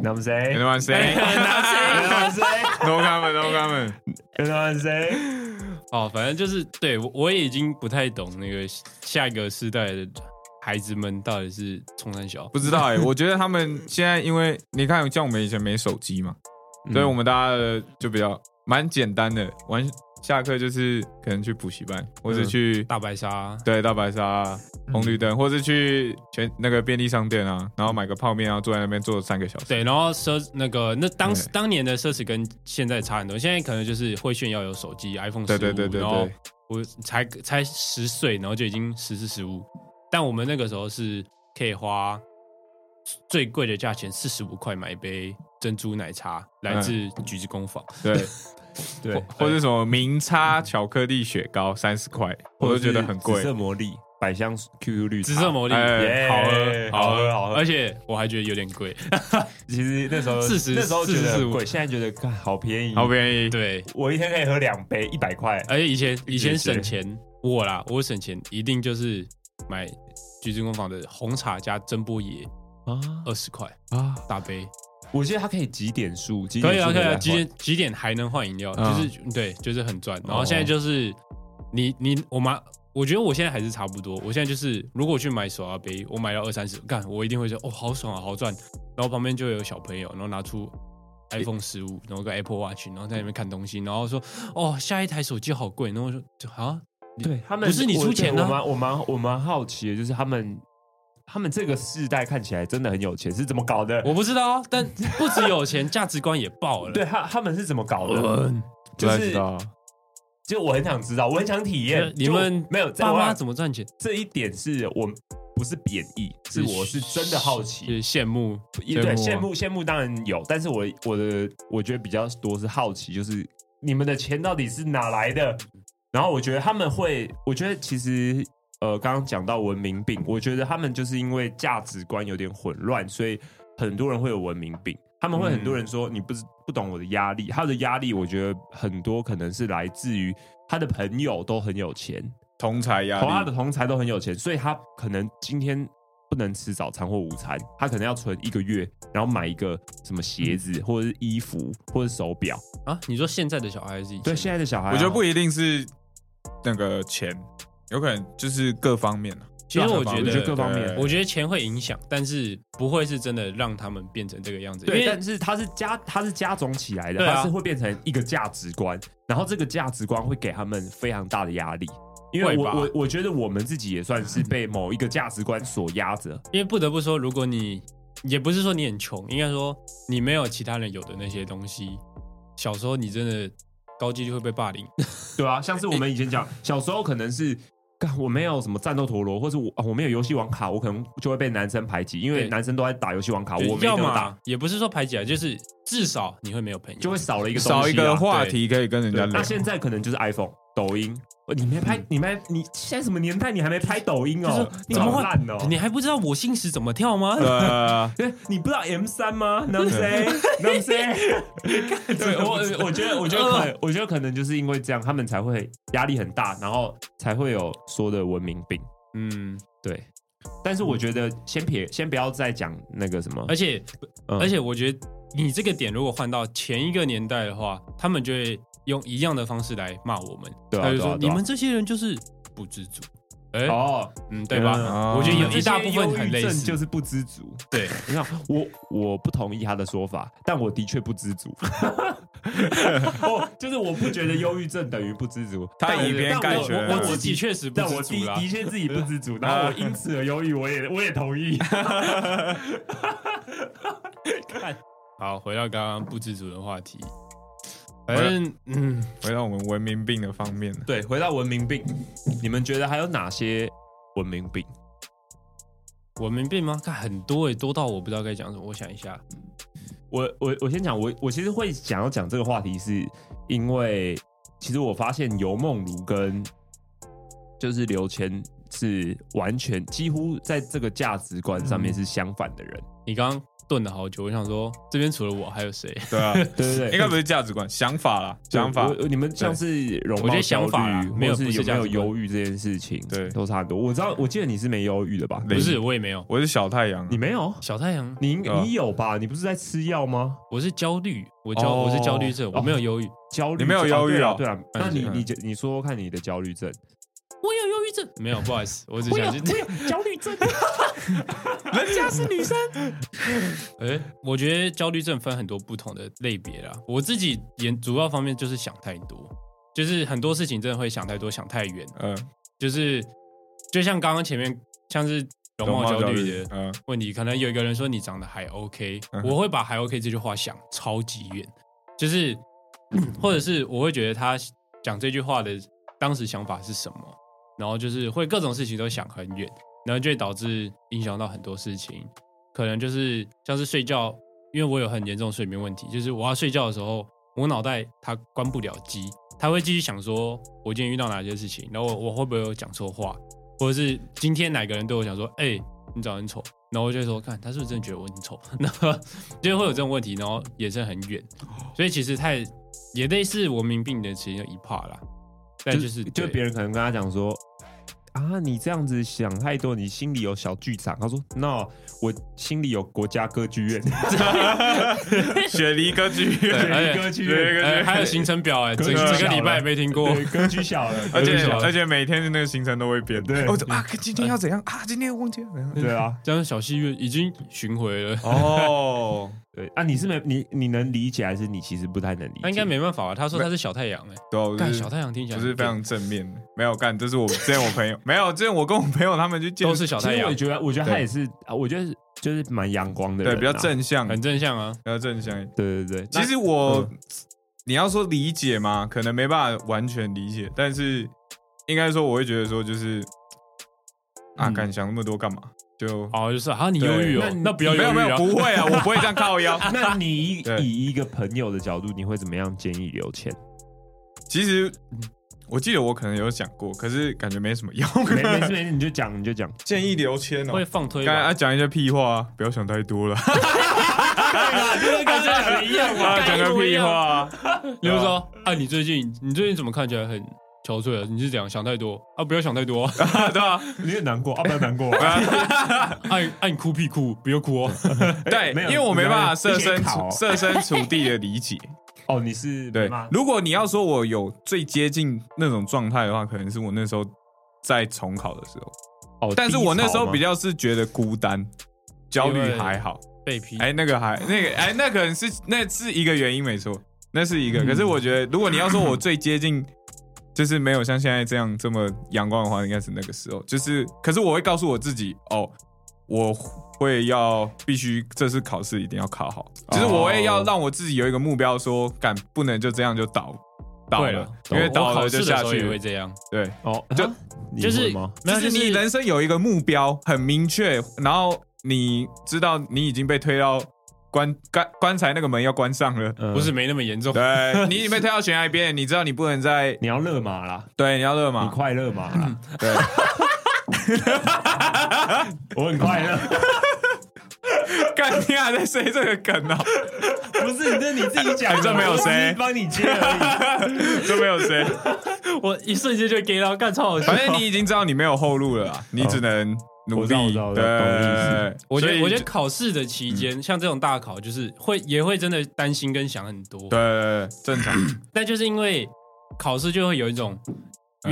Speaker 1: 那么谁
Speaker 3: You？know what I'm saying?
Speaker 1: 那么谁？
Speaker 3: No comment, no comment.
Speaker 1: 那么谁？
Speaker 2: 哦，反正就是对我我也已经不太懂那个下一个世代的孩子们到底是冲山小
Speaker 3: 不知 道哎、我觉得他们现在因为你看，像我们以前没手机嘛，
Speaker 1: 嗯
Speaker 3: 所以我们大家的就比较蛮简单的，完下课就是可能去补习班，或
Speaker 2: 嗯
Speaker 3: 者去、
Speaker 2: 大白鲨、啊
Speaker 3: 对大白鲨、啊红绿灯，或者去全那个便利商店啊，然后买个泡面，然后坐在那边坐三个小时。
Speaker 2: 对，然后奢那个那当
Speaker 3: 对
Speaker 2: 当年的奢侈跟现在差很多，现在可能就是会炫耀有手机 iPhone 十
Speaker 3: 对
Speaker 2: 五，
Speaker 3: 对对对
Speaker 2: 然后
Speaker 3: 对
Speaker 2: 我才才十岁，然后就已经十四十五，但我们那个时候是可以花最贵的价钱四十五块买一杯珍珠奶茶，
Speaker 3: 嗯
Speaker 2: 来自橘子工坊，
Speaker 3: 对，
Speaker 1: 对，
Speaker 3: 或者什么明差巧克力雪糕三十块，我都觉得很
Speaker 1: 或者是紫
Speaker 3: 贵。
Speaker 1: 色魔力、百香 QQ 绿茶、
Speaker 2: 紫色魔力、
Speaker 3: 哎
Speaker 1: 耶
Speaker 2: 好喝哎
Speaker 1: 好喝好喝
Speaker 2: 而且我还觉得有点贵，
Speaker 1: 其实那时候
Speaker 2: 40
Speaker 1: 那时候觉得很
Speaker 2: 45
Speaker 1: 贵，现在觉得干好便宜，
Speaker 3: 好便宜，
Speaker 2: 对，
Speaker 1: 我一天可以喝两杯，一百块。
Speaker 2: 而且以前以前
Speaker 1: 对对
Speaker 2: 省钱，我啦，我省钱一定就是买橘子工坊的红茶加蒸波椰
Speaker 1: 啊
Speaker 2: 二十块
Speaker 3: 啊！
Speaker 2: 大杯，
Speaker 1: 我记得它可以几点数，几
Speaker 2: 可
Speaker 1: 点
Speaker 2: 以
Speaker 1: 数
Speaker 2: 啊可以啊，
Speaker 1: 来换啊
Speaker 2: 几点几点还能换饮料，
Speaker 3: 嗯
Speaker 2: 就是对，就是很赚。然后
Speaker 1: 哦
Speaker 2: 现在就是你你我妈。我觉得我现在还是差不多。我现在就是，如果我去买手摇杯，我买到二三十，干，我一定会说，哦，好爽啊，好赚。然后旁边就有小朋友，然后拿出 iPhone 十五，然后跟 Apple Watch，然后在那边看东西，然后说，哦，下一台手机好贵。然后我说，啊，
Speaker 1: 对他们
Speaker 2: 不是你出钱
Speaker 1: 的、
Speaker 2: 啊
Speaker 1: 我蛮我蛮我蛮好奇的，就是他们他们这个世代看起来真的很有钱，是怎么搞的？
Speaker 2: 我不知道啊，但不只有钱，价值观也爆了。
Speaker 1: 对他他们是怎么搞的？
Speaker 2: 嗯，
Speaker 3: 不
Speaker 1: 就
Speaker 3: 太知
Speaker 1: 是
Speaker 3: 道，
Speaker 1: 就我很想知道，我很想体验。
Speaker 2: 你们
Speaker 1: 就没有这
Speaker 2: 爸
Speaker 1: 我
Speaker 2: 妈
Speaker 1: 想
Speaker 2: 怎么赚钱？
Speaker 1: 这一点是我不是贬义，是我是真的好奇，
Speaker 2: 是羡慕。
Speaker 1: 也对，羡
Speaker 3: 羡慕啊
Speaker 1: 慕羡慕当然有，但是我我的我觉得比较多是好奇，就是你们的钱到底是哪来的？然后我觉得他们会，我觉得其实呃，刚刚讲到文明病，我觉得他们就是因为价值观有点混乱，所以很多人会有文明病。他们会
Speaker 3: 嗯
Speaker 1: 很多人说你不知不懂我的压力，他的压力我觉得很多可能是来自于他的朋友都很有钱，
Speaker 3: 同才压
Speaker 1: 同他
Speaker 3: 力
Speaker 1: 的同才都很有钱，所以他可能今天不能吃早餐或午餐，他可能要存一个月，然后买一个什么鞋子、
Speaker 3: 嗯
Speaker 1: 或者是衣服或者是手表。
Speaker 2: 啊，你说现在的小孩还是以前
Speaker 1: 对现在的小孩啊、
Speaker 3: 我觉得不一定是那个钱，有可能就是各方面啊
Speaker 2: 其实我觉
Speaker 1: 我觉得各
Speaker 2: 得，
Speaker 1: 方面
Speaker 3: 对
Speaker 2: 我觉得钱会影响，但是不会是真的让他们变成这个样子。
Speaker 1: 对，
Speaker 2: 因为
Speaker 1: 但是它是加它是加总起来的，
Speaker 2: 对啊
Speaker 1: 它是会变成一个价值观，然后这个价值观会给他们非常大的压力。因为
Speaker 2: 会
Speaker 1: 我
Speaker 2: 吧
Speaker 1: 我我觉得我们自己也算是被某一个价值观所压着，
Speaker 2: 因为不得不说，如果你也不是说你很穷，应该说你没有其他人有的那些东西，小时候你真的高几率会被霸凌。
Speaker 1: 对啊，像是我们以前 讲，小时候可能是。干我没有什么战斗陀螺，或是我、啊我没有游戏王卡，我可能就会被男生排挤，因为
Speaker 2: 对
Speaker 1: 男生都在打游戏王卡，我没
Speaker 2: 要
Speaker 1: 有打，
Speaker 2: 嘛也不是说排挤啊，就是至少你会没有朋友，
Speaker 1: 就会少了一个东西啊
Speaker 3: 少一个话题可以跟人家
Speaker 1: 对那
Speaker 3: 聊。
Speaker 1: 现在可能就是 iPhone、抖音，呃你没拍，你没你现在什么年代？你还没拍抖音
Speaker 2: 嗯就是
Speaker 1: 哦？你
Speaker 2: 怎么
Speaker 1: 好
Speaker 2: 会
Speaker 1: 烂哦？
Speaker 2: 你还不知道我姓氏怎么 跳吗？
Speaker 3: 呃，
Speaker 1: 对，你不知道 M 三吗？Nam s a n a m s a 对我，我觉得，我觉得
Speaker 2: 呃
Speaker 1: 可能，我觉得可能就是因为这样，他们才会压力很大，然后才会有说的文明病。
Speaker 2: 嗯，
Speaker 1: 对，但是我觉得先撇，先不要再讲那个什么
Speaker 2: 而，且、
Speaker 1: 嗯
Speaker 2: 而且我觉得你这个点如果换到前一个年代的话，他们就会用一样的方式来骂我们，
Speaker 1: 对啊
Speaker 2: 他就
Speaker 1: 对啊对
Speaker 2: 说你
Speaker 1: 啊
Speaker 2: 们这些人就是不知足，哎、
Speaker 1: 哦，
Speaker 2: 嗯，对吧？
Speaker 3: 嗯
Speaker 2: 我觉得有
Speaker 1: 这
Speaker 2: 一
Speaker 1: 些
Speaker 2: 大部分很类
Speaker 1: 忧郁
Speaker 2: 似，
Speaker 1: 症就是不知足。
Speaker 2: 对，
Speaker 1: 你看，我我不同意他的说法，但我的确不知 足。哦，就是我不觉得忧郁症等于不知足，
Speaker 3: 他
Speaker 1: 但我
Speaker 3: 以偏
Speaker 1: 但我
Speaker 3: 概全
Speaker 1: 我
Speaker 2: 我
Speaker 1: 我
Speaker 2: 自
Speaker 1: 自
Speaker 2: 己
Speaker 1: 己
Speaker 2: 确实不
Speaker 1: 但
Speaker 2: 知
Speaker 1: 我
Speaker 2: 足
Speaker 1: 的
Speaker 2: 啦。
Speaker 1: 的确自己不知足，然后我因此而忧郁，我也我也同 意。
Speaker 2: 好，回到刚刚不知足的话题，反正嗯，
Speaker 3: 回到我们文明病的 方面，啊
Speaker 1: 对，回到文明病，你们觉得还有哪些文明病？
Speaker 2: 文明病吗？看很多诶，多到我不知道该讲什么。我想一下，
Speaker 1: 我我我先讲，我我其实会想要讲这个话题，是因为其实我发现尤梦如跟就是刘谦是完全几乎在这个价值观上面是相反的人。
Speaker 2: 你刚刚顿了好久，我想说这边除了我还有谁？
Speaker 3: 对啊，
Speaker 1: 对对
Speaker 3: 应该不是价值观，想法啦，
Speaker 1: 对
Speaker 3: 想法
Speaker 1: 我。我你们像是容
Speaker 2: 我觉
Speaker 1: 貌
Speaker 2: 得
Speaker 1: 焦
Speaker 2: 想
Speaker 1: 虑
Speaker 2: 法
Speaker 3: 啊
Speaker 2: 啦，没有
Speaker 1: 或是
Speaker 2: 不是
Speaker 1: 有没
Speaker 2: 价值
Speaker 1: 有
Speaker 2: 观
Speaker 1: 忧郁这件事情，
Speaker 3: 对
Speaker 1: 都差很多。我知道，我记得你是没忧郁的吧？
Speaker 3: 对
Speaker 2: 不是，我也没有。
Speaker 3: 我是小太阳啊，
Speaker 1: 你没有？
Speaker 2: 小太阳，
Speaker 1: 你应
Speaker 3: 对啊
Speaker 1: 你有吧？你不是在吃药吗？
Speaker 2: 我是焦虑，我焦、
Speaker 1: 哦
Speaker 2: 我是焦虑症，
Speaker 1: 哦
Speaker 2: 我没有忧郁，
Speaker 1: 焦虑？
Speaker 3: 你没有忧郁
Speaker 1: 啊？
Speaker 3: 哦
Speaker 1: 对啊，那你
Speaker 3: 嗯
Speaker 1: 你你说说看你的焦虑症。
Speaker 2: 我有忧郁症，没有，不好意思，我只想去。
Speaker 1: 焦虑症。
Speaker 3: 人家啊是女生，
Speaker 2: 哎、我觉得焦虑症分很多不同的类别啦。我自己研主要方面就是想太多，就是很多事情真的会想太多，想太远，
Speaker 3: 嗯，
Speaker 2: 就是就像刚刚前面像是容貌焦虑的
Speaker 3: 嗯，
Speaker 2: 问题，可能有一个人说你长得还 OK，、
Speaker 3: 嗯哼
Speaker 2: 我会把还 OK 这句话想超级远，就是 或者是我会觉得他讲这句话的当时想法是什么，然后就是会各种事情都想很远，然后就会导致影响到很多事情，可能就是像是睡觉，因为我有很严重的睡眠问题，就是我要睡觉的时候，我脑袋它关不了机，它会继续想说我今天遇到哪些事情，然后我我会不会有讲错话，或者是今天哪个人对我讲说，哎、你长得很丑，然后我就会说，看他是不是真的觉得我很丑， 那就会有这种问题，然后延伸很远，所以其实太也类似文明病的其中一 part 啦，但就是
Speaker 1: 就
Speaker 2: 对
Speaker 1: 别人可能跟他讲说。啊，你这样子想太多，你心里有小剧场。他说：“No，我心里有国家歌剧院，
Speaker 3: 呃雪梨 歌剧 院，
Speaker 2: 而且
Speaker 1: 歌剧
Speaker 3: 对
Speaker 1: 院，
Speaker 3: 对
Speaker 2: 哎，还有行程表哎、整
Speaker 1: 可能
Speaker 2: 整
Speaker 1: 小
Speaker 2: 个
Speaker 1: 了
Speaker 2: 礼拜也没听过。
Speaker 1: 对，歌剧小了，
Speaker 3: 而且
Speaker 1: 歌剧小了
Speaker 3: 而且每天的那个行程都会变。
Speaker 1: 对
Speaker 3: 哦啊，今天要怎样啊？今天忘记了。
Speaker 1: 对啊，
Speaker 2: 这样小戏院已经巡回了，
Speaker 3: 哦，
Speaker 1: 对啊，你是没你你能理解，还是你其实不太能理解？
Speaker 2: 他应该没办法吧？啊他说他是小太阳哎、
Speaker 3: 对啊，我
Speaker 2: 干
Speaker 3: 就是
Speaker 2: 小太阳听起来
Speaker 3: 不
Speaker 2: 很
Speaker 3: 是非常正面的，没有干，这是我之前我朋友 没有，之前我跟我朋友他们去健
Speaker 2: 都是小
Speaker 1: 其
Speaker 2: 太
Speaker 1: 实我
Speaker 2: 阳，
Speaker 1: 觉得，我觉得
Speaker 3: 对
Speaker 1: 他也是，啊我觉得就是蛮阳光的人
Speaker 3: 对
Speaker 1: 啊，
Speaker 3: 比较正向，
Speaker 2: 很嗯
Speaker 3: 比
Speaker 2: 正向啊。
Speaker 3: 较正向。
Speaker 1: 对，对对对。
Speaker 3: 其实我你要说理解嘛，可能没办法完全理解，但是应该说我会觉得说就是啊，
Speaker 2: 嗯
Speaker 3: 敢想那么多干嘛？就
Speaker 2: 哦，就是啊，你忧郁哦
Speaker 1: 对，
Speaker 2: 那不要
Speaker 3: 没
Speaker 2: 忧
Speaker 3: 有
Speaker 2: 郁
Speaker 3: 没
Speaker 2: 啊
Speaker 3: 有，。不 会啊，我不会这样靠腰。
Speaker 1: 那那你
Speaker 3: 对
Speaker 1: 以一个朋友的角度，你会怎么样建议刘谦？
Speaker 3: 其实我记得我可能有讲过，可是感觉没什么用。
Speaker 1: 没没事没事，你就讲你就讲，
Speaker 3: 建议刘谦哦
Speaker 2: 会，放推
Speaker 3: 刚才
Speaker 2: 吧
Speaker 3: 他，讲一些屁话啊，不要想太 多了，
Speaker 1: 跟刚才讲的一样
Speaker 3: 讲个屁话啊。
Speaker 2: 比如说啊，你最近你最近怎么看起来很憔悴了，你是怎样想太多啊？不要想太多 啊，
Speaker 3: 对啊，
Speaker 1: 你也难过啊，不要难过啊，
Speaker 2: 按按哭屁哭，不要哭哦。
Speaker 3: 对，
Speaker 1: 哎没有
Speaker 3: 因为我没办法设
Speaker 1: 你
Speaker 3: 身
Speaker 1: 先考
Speaker 3: 处
Speaker 1: 哦
Speaker 3: 设身处地的 理解。
Speaker 1: 哦，你是
Speaker 3: 对
Speaker 1: 吗，？
Speaker 3: 如果你要说我有最接近那种状态的话，可能是我那时候在重考的时候，
Speaker 1: 哦，
Speaker 3: 但是我那时候比
Speaker 1: 较
Speaker 3: 较是觉得孤单。焦虑
Speaker 2: 因为
Speaker 3: 还好，
Speaker 2: 被批，
Speaker 3: 哎、那个还那个哎、那可能是那是一个原因，没错，那是一个。可是我觉得，如果你要说我最接近，就是没有像现在这样这么阳光的话，应该是那个时候。就是，可是我会告诉我自己，哦，我会要必须这次考试一定要考好，就是我会
Speaker 2: 哦
Speaker 3: 要让我自己有一个目标说敢不能就这样就倒倒
Speaker 2: 对
Speaker 3: 了，因
Speaker 2: 懂
Speaker 3: 为倒
Speaker 2: 我考
Speaker 3: 了
Speaker 2: 试
Speaker 3: 就
Speaker 2: 的
Speaker 3: 下
Speaker 2: 时候
Speaker 3: 去
Speaker 2: 也
Speaker 3: 了
Speaker 2: 会。这样，
Speaker 3: 对，
Speaker 1: 哦，
Speaker 3: 就
Speaker 1: 啊你
Speaker 2: 就是
Speaker 1: 会吗？
Speaker 2: 没有
Speaker 3: 就是你人生有一个目标很明确，然后你知道你已经被推到棺棺棺材那个门要关上了，
Speaker 1: 嗯
Speaker 2: 不是没那么严 重，
Speaker 3: 对你已经被推到悬崖边，你知道你不能再
Speaker 1: 你要乐马啦，
Speaker 3: 对你要乐
Speaker 1: 你
Speaker 3: 嘛，
Speaker 1: 快乐马
Speaker 2: 啊
Speaker 1: 啦，
Speaker 2: 嗯
Speaker 3: 对
Speaker 1: 我很快乐，
Speaker 3: 干你还在塞这个梗啊
Speaker 1: 不
Speaker 3: 呢、
Speaker 1: 是，这你自己讲的，
Speaker 3: 这没有
Speaker 1: 我只是
Speaker 3: 谁
Speaker 1: 帮你接而
Speaker 3: 就没有谁，
Speaker 2: 我一瞬间就 get 到，干超好笑
Speaker 3: 反。正你已经知道你没有后路了啊，你只能
Speaker 1: 哦
Speaker 3: 努
Speaker 1: 我
Speaker 3: 力
Speaker 1: 知道我知道我。知道懂你意
Speaker 3: 对，
Speaker 2: 我觉
Speaker 3: 所
Speaker 2: 得，
Speaker 3: 以
Speaker 2: 我觉得
Speaker 3: 就
Speaker 2: 考试的期
Speaker 1: 嗯
Speaker 2: 间，像这种大考，就是会也会真的担心跟想很多。
Speaker 3: 对，对对正常。
Speaker 2: 但就是因为考试就会有一种，因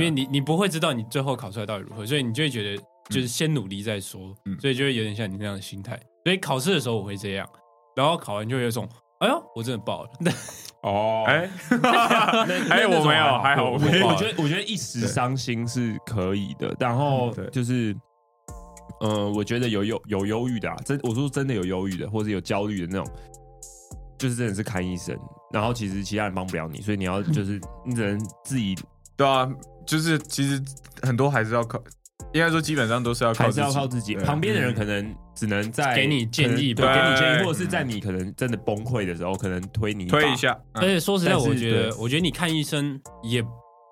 Speaker 1: 嗯
Speaker 2: 为你你不会知道你最后考出来到底如何，所以你就会觉得就是先努力再说，
Speaker 3: 嗯
Speaker 2: 所以就会有点像你那样的心态。所以考试的时候我会这样，然后考完就会有一种，哎呦，我真的爆了。
Speaker 1: 哦
Speaker 3: 哎，
Speaker 1: 那
Speaker 3: 哎
Speaker 1: 那
Speaker 3: 我
Speaker 1: 种
Speaker 3: 没有 还好
Speaker 1: 我
Speaker 3: 我
Speaker 1: 觉
Speaker 3: 没
Speaker 1: 得
Speaker 3: 有
Speaker 1: 我觉得我觉得一时伤心是可以的，然后
Speaker 3: 对
Speaker 1: 就是。呃，我觉得有有有忧郁的啊，真我说真的有忧郁的，或者有焦虑的那种，就是真的是看医生，然后其实其他人帮不了你，所以你要就是你只能自己
Speaker 3: 对啊，就是其实很多还是要靠，应该说基本上都是要靠
Speaker 1: 还
Speaker 3: 自
Speaker 1: 是
Speaker 3: 己，
Speaker 1: 要靠自己。
Speaker 3: 对
Speaker 1: 旁边的人可能只能在
Speaker 2: 给你建议
Speaker 1: 可能对，
Speaker 3: 吧
Speaker 1: 给你建议，
Speaker 3: 对
Speaker 1: 或者是在你可能真的崩溃的时候，可能推你
Speaker 3: 推
Speaker 1: 把
Speaker 3: 一。下。
Speaker 2: 而
Speaker 3: 嗯
Speaker 2: 且说实在，
Speaker 1: 但是
Speaker 2: 我觉得
Speaker 1: 对，
Speaker 2: 我觉得你看医生也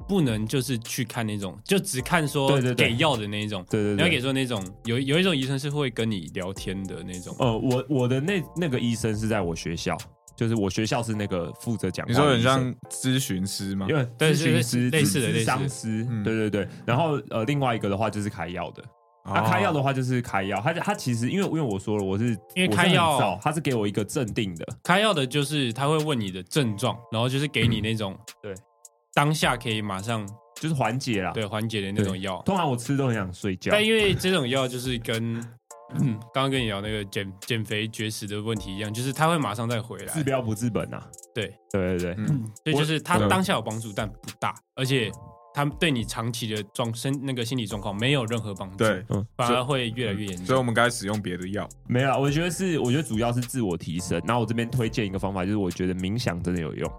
Speaker 2: 不能就是去看那种，就只看说
Speaker 1: 对对对
Speaker 2: 给药的那一种。
Speaker 1: 对对
Speaker 2: 你要给
Speaker 1: 对。
Speaker 2: 说那种有有一种医生是会跟你聊天的那种，
Speaker 1: 呃，我我的那那个医生是在我学校，就是我学校是那个负责讲话
Speaker 3: 你
Speaker 1: 的医生。
Speaker 3: 说很像咨询师吗
Speaker 1: 因？为
Speaker 2: 对
Speaker 1: 咨询师、
Speaker 2: 类似的类似的
Speaker 1: 商师
Speaker 3: 嗯，
Speaker 1: 对对对。然后呃，另外一个的话就是开药的，
Speaker 3: 哦
Speaker 1: 他开药的话就是开药，他他其实因为因为我说了，我是
Speaker 2: 因为
Speaker 1: 我是
Speaker 2: 开
Speaker 1: 很
Speaker 2: 药
Speaker 1: 早他是给我一个镇定的，
Speaker 2: 开药的就是他会问你的症状，然后就是给你那
Speaker 3: 嗯
Speaker 2: 种、
Speaker 1: 对
Speaker 2: 当下可以马上
Speaker 1: 就是缓解啦。
Speaker 2: 对缓解的那种药。
Speaker 1: 通常我吃都很想睡觉，
Speaker 2: 但因为这种药就是跟 嗯刚刚跟你聊那个减减肥绝食的问题一样，就是他会马上再回来
Speaker 1: 治，标不治本啊。
Speaker 2: 对
Speaker 1: 对对对，
Speaker 3: 嗯，
Speaker 2: 所以就是他
Speaker 3: 我
Speaker 2: 当下有帮助，但不大，而且他对你长期的状身那个心理状况没有任何帮助，
Speaker 3: 对，
Speaker 1: 嗯，
Speaker 2: 反而会越来越严
Speaker 3: 所以
Speaker 2: 重。
Speaker 3: 我们该使用别的药。
Speaker 1: 没有啦，我觉得是，我觉得主要是自我提升。然后我这边推荐一个方法，就是我觉得冥想真的有用。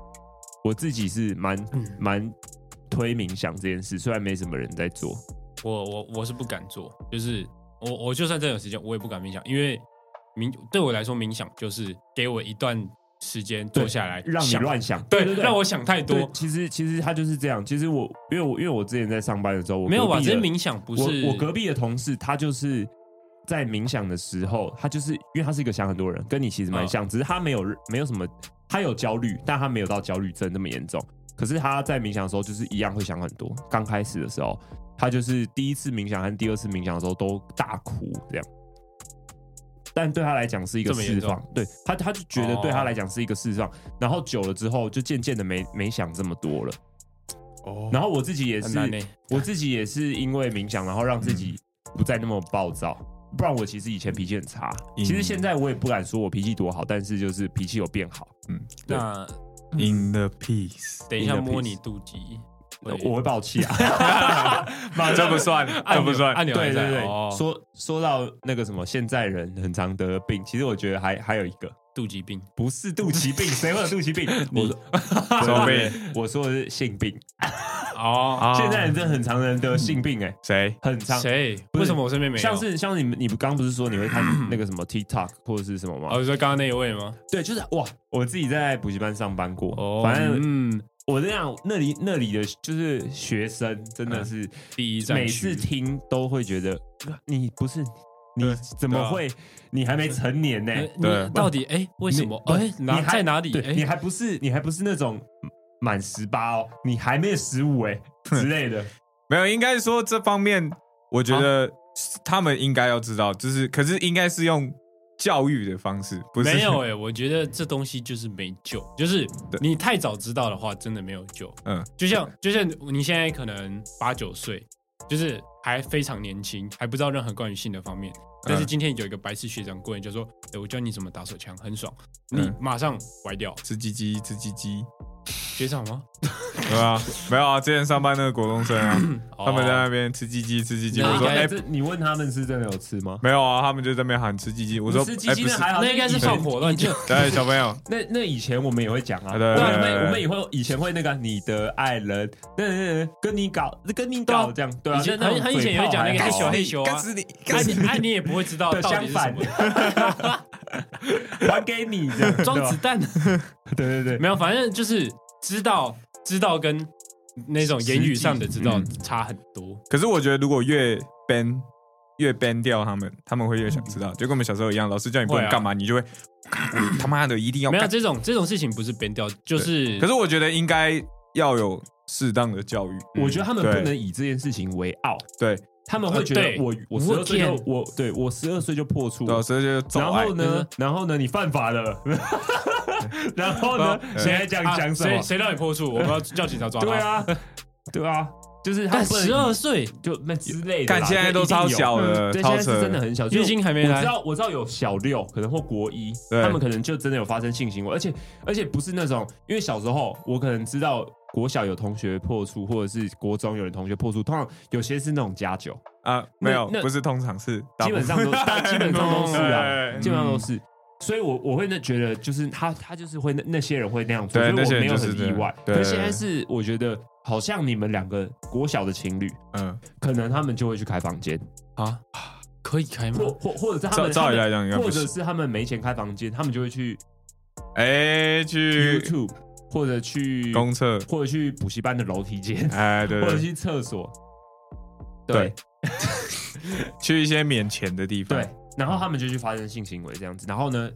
Speaker 1: 我自己是蛮
Speaker 2: 嗯
Speaker 1: 蛮推冥想这件事，虽然没什么人在做。
Speaker 2: 我我我是不敢做，就是我我就算真的有时间，我也不敢冥想，因为冥对我来说冥想就是给我一段时间坐下来
Speaker 1: 让你
Speaker 2: 想，
Speaker 1: 乱想，
Speaker 2: 对
Speaker 1: 对对，
Speaker 2: 让我想太
Speaker 1: 对
Speaker 2: 多，
Speaker 1: 其实其实他就是这样。其实我因为我因为我之前在上班的时候，我
Speaker 2: 没有
Speaker 1: 隔
Speaker 2: 吧？
Speaker 1: 壁
Speaker 2: 只
Speaker 1: 的
Speaker 2: 是冥想不是
Speaker 1: 我我隔壁的同事，他就是在冥想的时候，他就是因为他是一个想很多的人，跟你其实
Speaker 2: 嗯
Speaker 1: 蛮像，只是他没有没有什么，他有焦虑，但他没有到焦虑症那么严重。可是他在冥想的时候，就是一样会想很多。刚开始的时候，他就是第一次冥想和第二次冥想的时候都大哭这样。但对他来讲是一个
Speaker 2: 这么
Speaker 1: 释
Speaker 2: 严重
Speaker 1: 放，对他他就觉得对
Speaker 2: 哦
Speaker 1: 他来讲是一个释放，然后久了之后就渐渐的没没想这么多了。
Speaker 3: 哦
Speaker 1: 然后我自己也
Speaker 2: 很
Speaker 1: 是，
Speaker 2: 难呢、欸
Speaker 1: 我自己也是因为冥想，然后让自己不再那么暴躁。不然我其实以前脾气很差，
Speaker 3: 嗯
Speaker 1: 其实现在我也不敢说我脾气多好，但是就是脾气有变好。对
Speaker 2: 那
Speaker 3: In the peace，
Speaker 2: 等一下
Speaker 1: In the
Speaker 2: 摸你肚脐，
Speaker 1: 我会爆气啊！
Speaker 3: 这不算，这
Speaker 2: 按
Speaker 3: 不
Speaker 2: 钮
Speaker 3: 算。
Speaker 2: 按钮
Speaker 1: 对对
Speaker 2: 还在
Speaker 1: 对，
Speaker 2: 哦
Speaker 1: 说说到那个什么，现在人很常得的病，其实我觉得还还有一个
Speaker 2: 肚脐病，
Speaker 1: 不是肚脐 病，谁会有肚脐病？我说
Speaker 3: 什么？啊
Speaker 1: 对对对我说的是性病，
Speaker 2: 哦，
Speaker 1: 现在人真的很常人得性病，哎，
Speaker 3: 谁？
Speaker 1: 很常。
Speaker 2: 谁？
Speaker 1: 是
Speaker 2: 为什么我身边没有？
Speaker 1: 像是像是你们你们刚不是说你会 看那个什么 TikTok 或者是什么吗？
Speaker 2: 哦，你说刚刚那一位吗？
Speaker 1: 对，就是哇，我自己在补习班上班过，
Speaker 2: 哦，
Speaker 1: 反正
Speaker 2: 嗯，
Speaker 1: 我这样那里那里的就是学生真的是
Speaker 2: 第嗯一站
Speaker 1: 每
Speaker 2: 区
Speaker 1: 次听都会觉得啊你不是你
Speaker 3: 对
Speaker 1: 怎么会你还没成年呢、
Speaker 2: 呃
Speaker 3: 对
Speaker 2: 你到底啊哎为什么哎
Speaker 1: 欸你
Speaker 2: 哪
Speaker 1: 还
Speaker 2: 在哪里
Speaker 1: 对，
Speaker 2: 哎
Speaker 1: 你还不是你还不是那种满十八哦，你还没有十五哎，之类的。
Speaker 3: 没有，应该说这方面，我觉得
Speaker 1: 啊
Speaker 3: 他们应该要知道，就是可是应该是用教育的方式，不是
Speaker 2: 没
Speaker 1: 欸
Speaker 2: 有哎、我觉得这东西就是没救，就是
Speaker 3: 对
Speaker 2: 你太早知道的话，真的没有救。
Speaker 3: 嗯，
Speaker 2: 就像就像你现在可能八九岁，就是还非常年轻，还不知道任何关于性的方面。
Speaker 3: 嗯
Speaker 2: 但是今天有一个白痴学长过来就说：“哎、我教你怎么打手枪，很爽。”你
Speaker 3: 嗯
Speaker 2: 马上歪掉，
Speaker 3: 吃鸡鸡吃鸡鸡，
Speaker 2: 学长吗？
Speaker 3: 对吧？没有啊，之前上班那个国中生啊，他们在
Speaker 2: 哦
Speaker 3: 那边吃鸡鸡吃鸡鸡，
Speaker 2: 那
Speaker 3: 我
Speaker 2: 应
Speaker 3: 说
Speaker 2: 该
Speaker 3: 哎
Speaker 1: 哎，这哦你问他们是真的有吃吗？
Speaker 3: 没有啊，他们就在那边喊吃鸡鸡，我说
Speaker 1: 吃鸡
Speaker 3: 哎
Speaker 1: 鸡
Speaker 3: 不
Speaker 1: 的
Speaker 3: 是，
Speaker 1: 还好，
Speaker 2: 那应该是放火乱 叫。
Speaker 3: 对小朋友，
Speaker 1: 那那以前我们也会讲啊，
Speaker 3: 对
Speaker 1: 对啊，我
Speaker 3: 对对
Speaker 1: 们我们也会以前会那个你的爱人，对对对，跟你搞，跟你搞这样，对啊，
Speaker 2: 以前
Speaker 1: 就那种哎
Speaker 2: 很很以前
Speaker 1: 嘴炮
Speaker 2: 有讲那个
Speaker 1: 还好
Speaker 2: 害羞害羞啊
Speaker 3: 干死你，
Speaker 2: 哎
Speaker 3: 干死
Speaker 2: 你
Speaker 3: 你，
Speaker 2: 哎你也不会知 道
Speaker 1: 对
Speaker 2: 到底是什
Speaker 1: 相
Speaker 2: 么，
Speaker 1: 还给你这样，
Speaker 2: 装
Speaker 1: 对
Speaker 2: 子
Speaker 1: 吧
Speaker 2: 弹。
Speaker 1: 对对对，
Speaker 2: 没有，反正就是知道知道跟那种言语上的知道
Speaker 3: 实
Speaker 2: 差很多。
Speaker 3: 可是我觉得如果越 ban 越 ban 掉他们，他们会越想知道，就跟我们小时候一样，老师叫你不
Speaker 2: 会
Speaker 3: 能
Speaker 2: 啊
Speaker 3: 干嘛，你就会我他妈的一定要
Speaker 2: 没有啊
Speaker 3: 干。
Speaker 2: 这种这种事情不是编掉，就是
Speaker 3: 可是我觉得应该要有适当的教育，
Speaker 1: 我觉得他们
Speaker 3: 对
Speaker 1: 不能以这件事情为傲，
Speaker 3: 对，
Speaker 1: 他们会觉得
Speaker 2: 嗯呃对
Speaker 1: 我我十二岁
Speaker 2: 我
Speaker 1: 就
Speaker 2: 天
Speaker 1: 我对我十二岁就破处了，
Speaker 2: 啊
Speaker 3: 老师就走
Speaker 1: 然
Speaker 3: 爱
Speaker 1: 后呢，然后呢，你犯法 了，然后呢，
Speaker 3: 嗯
Speaker 1: 谁还讲
Speaker 2: 啊
Speaker 1: 讲什
Speaker 2: 谁
Speaker 1: 么？
Speaker 2: 谁让你破处，我们要叫警察抓他。
Speaker 1: 对，啊，对啊，就是他
Speaker 2: 但
Speaker 1: 不能
Speaker 2: 十二岁
Speaker 1: 就那之类的啦，
Speaker 3: 干现在都超小
Speaker 1: 嗯
Speaker 3: 的，
Speaker 1: 对，现
Speaker 3: 超
Speaker 1: 在
Speaker 3: 扯
Speaker 1: 是真的很小，就
Speaker 2: 月经还没
Speaker 1: 我
Speaker 2: 来
Speaker 1: 知，道，我知道有小六，可能或国一，
Speaker 3: 对
Speaker 1: 他们可能就真的有发生性行为，而且而且不是那种，因为小时候我可能知道国小有同学破处，或者是国中有人同学破处，通常有些是那种加酒，
Speaker 3: 啊，没有，
Speaker 1: 那
Speaker 3: 不是通常是哎大
Speaker 1: 基
Speaker 3: 部
Speaker 1: 本
Speaker 3: 分
Speaker 1: 上都大基本上都是 啊，
Speaker 3: 对
Speaker 1: 基本上都是，所以我我会那觉得就是他他就是会那那些人会那样做，所
Speaker 3: 对
Speaker 1: 以我
Speaker 3: 那些人
Speaker 1: 没有
Speaker 3: 就是
Speaker 1: 很
Speaker 3: 这
Speaker 1: 意
Speaker 3: 样
Speaker 1: 外。
Speaker 3: 对
Speaker 1: 可是现在是我觉得好像你们两个国小的情侣，
Speaker 3: 嗯
Speaker 1: 可能他们就会去开房间，
Speaker 2: 啊，可以开吗
Speaker 1: 或？或或者是他
Speaker 3: 照
Speaker 1: 们
Speaker 3: 照理
Speaker 1: 他
Speaker 3: 来
Speaker 1: 们
Speaker 3: 讲应该
Speaker 1: 或
Speaker 3: 不
Speaker 1: 者
Speaker 3: 是，
Speaker 1: 是他们没钱开房间，他们就会去
Speaker 3: 哎，去
Speaker 1: YouTube 或者去
Speaker 3: 公厕，
Speaker 1: 或者去补习班的楼梯间，
Speaker 3: 哎，对
Speaker 1: 或者
Speaker 3: 对，
Speaker 1: 去厕所。
Speaker 3: 对去一些免钱的地方
Speaker 1: 对，，然后他们就去发生性行为这样子。然后呢，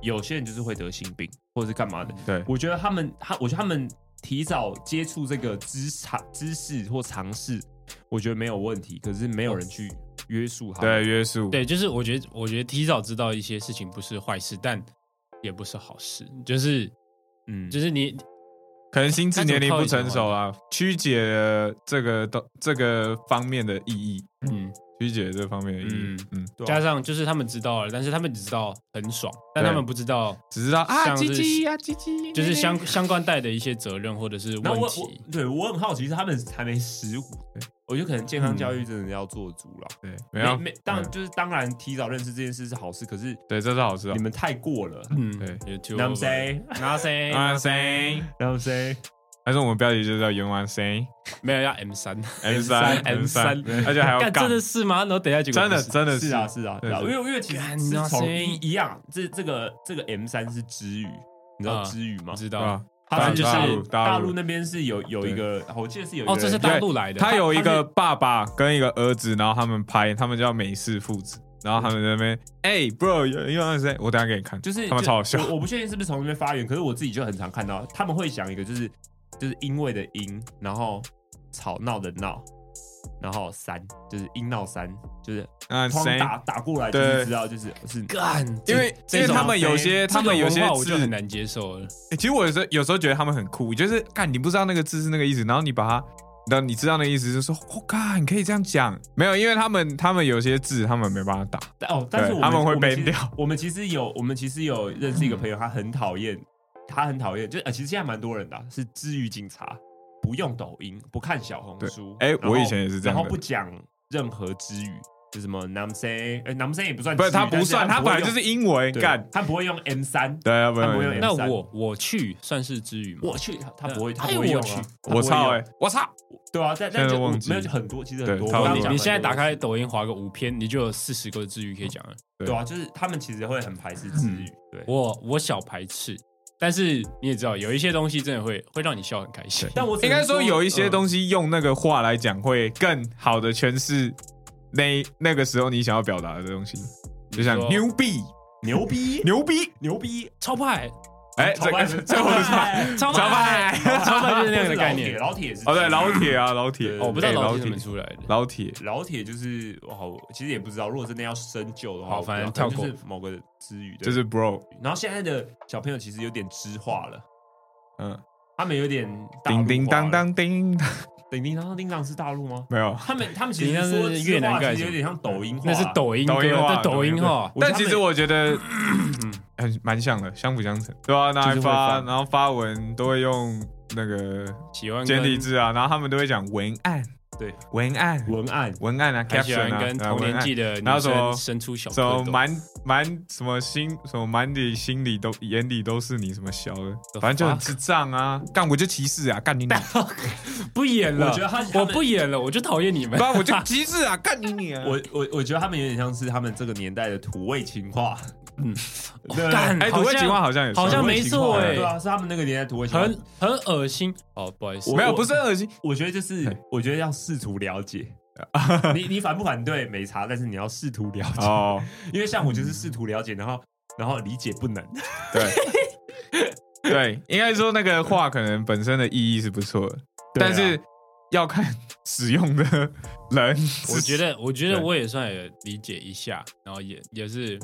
Speaker 1: 有些人就是会得性病或者是干嘛的。
Speaker 3: 对
Speaker 1: 我觉得他们，他我觉得他们提早接触这个知尝知识或尝试，我觉得没有问题。可是没有人去约束他们。
Speaker 3: 对，约束，
Speaker 2: 对，就是我觉得我觉得提早知道一些事情不是坏事，但也不是好事，就是
Speaker 1: 嗯，
Speaker 2: 就是是你
Speaker 3: 可能心智年龄不成熟啊，曲解了这个东这个方面的意义，
Speaker 2: 嗯。
Speaker 3: 曲解了这方面的意义，嗯，
Speaker 1: 啊
Speaker 2: 加上就是他们知道了，但是他们只知道很爽，但他们不知道
Speaker 3: 只知道啊，
Speaker 2: 像是
Speaker 3: 鸡鸡啊，鸡鸡，
Speaker 2: 就是相相关带的一些责任或者是
Speaker 1: 然后
Speaker 2: 问
Speaker 1: 我
Speaker 2: 题。
Speaker 1: 我对我很好奇，是他们还没十五，我觉得可能健康教育真的要做足了。
Speaker 3: 对，嗯没有，
Speaker 1: 没当
Speaker 3: 嗯
Speaker 1: 就是当然提早认识这件事是好事，可是
Speaker 3: 对，这是好事啊
Speaker 1: 你。们太过了。
Speaker 2: 嗯，
Speaker 3: 对
Speaker 2: 也就
Speaker 1: 南 C，
Speaker 2: 南 C，
Speaker 3: 啊谁？
Speaker 1: 南 C，
Speaker 3: 还是我们标题就叫“冤枉谁
Speaker 2: 没有要 M 三
Speaker 3: M 三 M 三，而且还要
Speaker 2: 干
Speaker 3: 杠
Speaker 2: 真，的是吗？然后等一下结果
Speaker 3: 真的
Speaker 2: 不是
Speaker 3: 真的
Speaker 1: 是啊，是啊，
Speaker 3: 对
Speaker 1: 对啊因
Speaker 3: 对
Speaker 1: 为因为其实
Speaker 2: 干
Speaker 1: 是
Speaker 2: 南
Speaker 1: 从
Speaker 2: C
Speaker 1: 一一样，这这个这个 M 三是知语，你知道
Speaker 2: 啊
Speaker 1: 知语吗
Speaker 2: 不？知道
Speaker 3: 对吧？
Speaker 1: 它是就
Speaker 2: 大
Speaker 1: 是
Speaker 3: 陆嗯大陆
Speaker 1: 大陆那边是有有一个，我记得是有一个
Speaker 2: 哦，这是
Speaker 1: 人
Speaker 2: 大陆来的，
Speaker 3: 他有一个爸爸跟一个儿子，然后他们拍，他们叫美式父子，然后他们在那边，哎，bro，冤枉谁？我等下给你看，
Speaker 1: 就是
Speaker 3: 他们超好笑
Speaker 1: 就我我不确定是不是从那边发源，可是我自己就很常看到他们会讲一个就是就是因为的因，然后吵闹的闹，然后三就是因闹三，就是
Speaker 3: 啊
Speaker 1: 哐
Speaker 3: 谁？
Speaker 1: 打打过来就是
Speaker 3: 对
Speaker 1: 知道就是是
Speaker 2: 干，
Speaker 3: 因为
Speaker 2: 这
Speaker 3: 因为
Speaker 2: 这种
Speaker 3: 他们有些他们有
Speaker 2: 这
Speaker 3: 些
Speaker 2: 种文化我就
Speaker 3: 字
Speaker 2: 很难接受了。
Speaker 3: 欸其实我有时候有时候觉得他们很酷，就是干你不知道那个字是那个意思，然后你把它，然后你知道那个意思，就说我干、你可以这样讲，没有，因为他们他们有些字他们没办法打，
Speaker 1: 但哦，但是
Speaker 3: 对
Speaker 1: 我
Speaker 3: 他们会
Speaker 1: 我其
Speaker 3: ban
Speaker 1: 实
Speaker 3: 掉嗯
Speaker 1: 我们其实有，我们其实有认识一个朋友，他很讨厌，他很讨厌，就呃，其实现在蛮多人的啊、是治愈警察，不用抖音，不看小红书。
Speaker 3: 对哎
Speaker 1: 然后
Speaker 3: 我以前也是这样的
Speaker 1: 然后不讲任何之语，就什么 nam say，哎，nam say 也不算
Speaker 3: 不
Speaker 1: 之
Speaker 3: 是
Speaker 1: 语，
Speaker 3: 他不
Speaker 1: 但
Speaker 3: 算，他
Speaker 1: 是
Speaker 3: 本来
Speaker 1: 不
Speaker 3: 就
Speaker 1: 会
Speaker 3: 是英文
Speaker 1: 用
Speaker 3: 干
Speaker 1: 对，他不会用 M 三，
Speaker 3: 对，他不
Speaker 1: 他不会用
Speaker 3: 会，
Speaker 2: 那
Speaker 1: 三
Speaker 2: 我我去算是之语吗？
Speaker 1: 我去，他不会，他
Speaker 2: 哎
Speaker 1: 不会用
Speaker 2: 我去
Speaker 1: 啊，他不
Speaker 3: 我
Speaker 1: 会
Speaker 3: 操
Speaker 1: 用
Speaker 3: 哎，，我操，
Speaker 1: 对啊，但
Speaker 3: 现
Speaker 1: 但
Speaker 3: 在
Speaker 1: 就
Speaker 3: 都忘记
Speaker 1: 没有就很多，其实很
Speaker 3: 对
Speaker 1: 多，
Speaker 3: 他
Speaker 1: 我
Speaker 3: 们
Speaker 1: 刚
Speaker 2: 那
Speaker 1: 刚
Speaker 2: 你
Speaker 1: 讲
Speaker 2: 你现在
Speaker 1: 很多
Speaker 2: 打开抖音划个五篇，你就有四十个之语可以讲了。
Speaker 3: 对
Speaker 1: 对啊，嗯就是他们其实会很排斥之语，对。
Speaker 2: 我我小排斥，但是你也知道，有一些东西真的会会让你笑很开心。
Speaker 1: 但我只
Speaker 3: 应
Speaker 1: 能
Speaker 3: 该说有一些
Speaker 1: 嗯
Speaker 3: 东西用那个话来讲会更好的诠释那那个时候你想要表达的东西，就像
Speaker 2: 你说
Speaker 3: 牛逼
Speaker 1: 嗯牛逼，
Speaker 3: 牛逼，
Speaker 1: 牛逼，
Speaker 2: 超派，
Speaker 3: 哎，
Speaker 1: 炒
Speaker 3: 这个
Speaker 1: 饭
Speaker 3: 这个我不知
Speaker 2: 超
Speaker 3: 道。超
Speaker 2: 卖，超卖就是那样的概 念。
Speaker 1: 老铁也是
Speaker 3: 哦，对，老铁啊，老铁，
Speaker 1: 对
Speaker 2: 哦，我不知道
Speaker 3: 哎
Speaker 2: 老
Speaker 3: 老
Speaker 2: 铁怎么
Speaker 3: 铁，
Speaker 2: 出来 的。
Speaker 3: 老铁，
Speaker 1: 老铁就是好，我其实也不知道，如果真的要深究的话，
Speaker 2: 好
Speaker 1: 我不知道
Speaker 2: 反正跳过
Speaker 1: 可能就是某个词语，对
Speaker 3: 就是 bro，
Speaker 1: 然后现在的小朋友其实有点知化了，
Speaker 3: 嗯，
Speaker 1: 他们有点大陆化
Speaker 3: 叮
Speaker 1: 了
Speaker 3: 叮当，当叮，
Speaker 1: 叮叮当当，叮当是大陆吗？
Speaker 3: 没有。
Speaker 1: 他们他们其实
Speaker 2: 叮当是
Speaker 1: 说知化
Speaker 2: 越南盖
Speaker 1: 其实
Speaker 2: 什么
Speaker 1: 有点像抖音化，
Speaker 2: 那是抖音
Speaker 3: 抖音
Speaker 2: 歌，
Speaker 3: 化
Speaker 2: 对抖音哈。
Speaker 1: 我觉得
Speaker 3: 但
Speaker 1: 他
Speaker 3: 其
Speaker 1: 们
Speaker 3: 实我觉得
Speaker 2: 嗯
Speaker 3: 很蛮像的，相辅相成，对啊，拿
Speaker 2: 就是
Speaker 3: 来
Speaker 2: 会
Speaker 3: 发，
Speaker 2: 放
Speaker 3: 然后发文都会用那个
Speaker 2: 喜欢
Speaker 3: 简体
Speaker 2: 跟
Speaker 3: 字啊，然后他们都会讲文案，
Speaker 1: 对
Speaker 3: 文案，
Speaker 1: 文案，
Speaker 3: 文案啊
Speaker 2: 还喜欢
Speaker 3: ，caption 啊，
Speaker 2: 跟
Speaker 3: 啊
Speaker 2: 同
Speaker 3: 文
Speaker 2: 年
Speaker 3: 案
Speaker 2: 纪的
Speaker 3: 然
Speaker 2: 女
Speaker 3: 后什么
Speaker 2: 生生出小
Speaker 3: 什么
Speaker 2: 蝌蚪，
Speaker 3: 满满什么心什么满里心里都眼里都是你什么小的，
Speaker 2: The
Speaker 3: 反正就很智障啊！干我就歧视啊！干 你你，
Speaker 2: 不演了。
Speaker 1: 我觉得他他
Speaker 2: 我
Speaker 1: 们
Speaker 2: 不演了，我就讨厌你们
Speaker 3: 不。然 我就歧视啊！干你你啊！
Speaker 1: 我我我觉得他们有点像是他们这个年代的土味情话，
Speaker 2: 嗯
Speaker 1: 对，
Speaker 2: 干
Speaker 3: 哎，土味情话好像也是
Speaker 2: 好像
Speaker 1: 土味
Speaker 2: 没
Speaker 1: 情
Speaker 2: 错
Speaker 1: 话
Speaker 2: 哎
Speaker 1: 对啊，是他们那个年代的土味情话。
Speaker 2: 很很恶心。哦，不好意思
Speaker 1: 我，
Speaker 3: 没有，不是很恶心，
Speaker 1: 我觉得就是
Speaker 3: 嘿，
Speaker 1: 我觉得要试图了 解。你你反不反对没差，但是你要试图了解，
Speaker 3: 哦，
Speaker 1: 因为像我就是试图了解，然后然后理解不能。
Speaker 3: 对对，应该说那个话可能本身的意义是不错的，
Speaker 1: 对啊
Speaker 3: 但是要看使用的人 是。
Speaker 2: 我觉得，我觉得
Speaker 3: 对
Speaker 2: 我也算有理解一下，然后也也是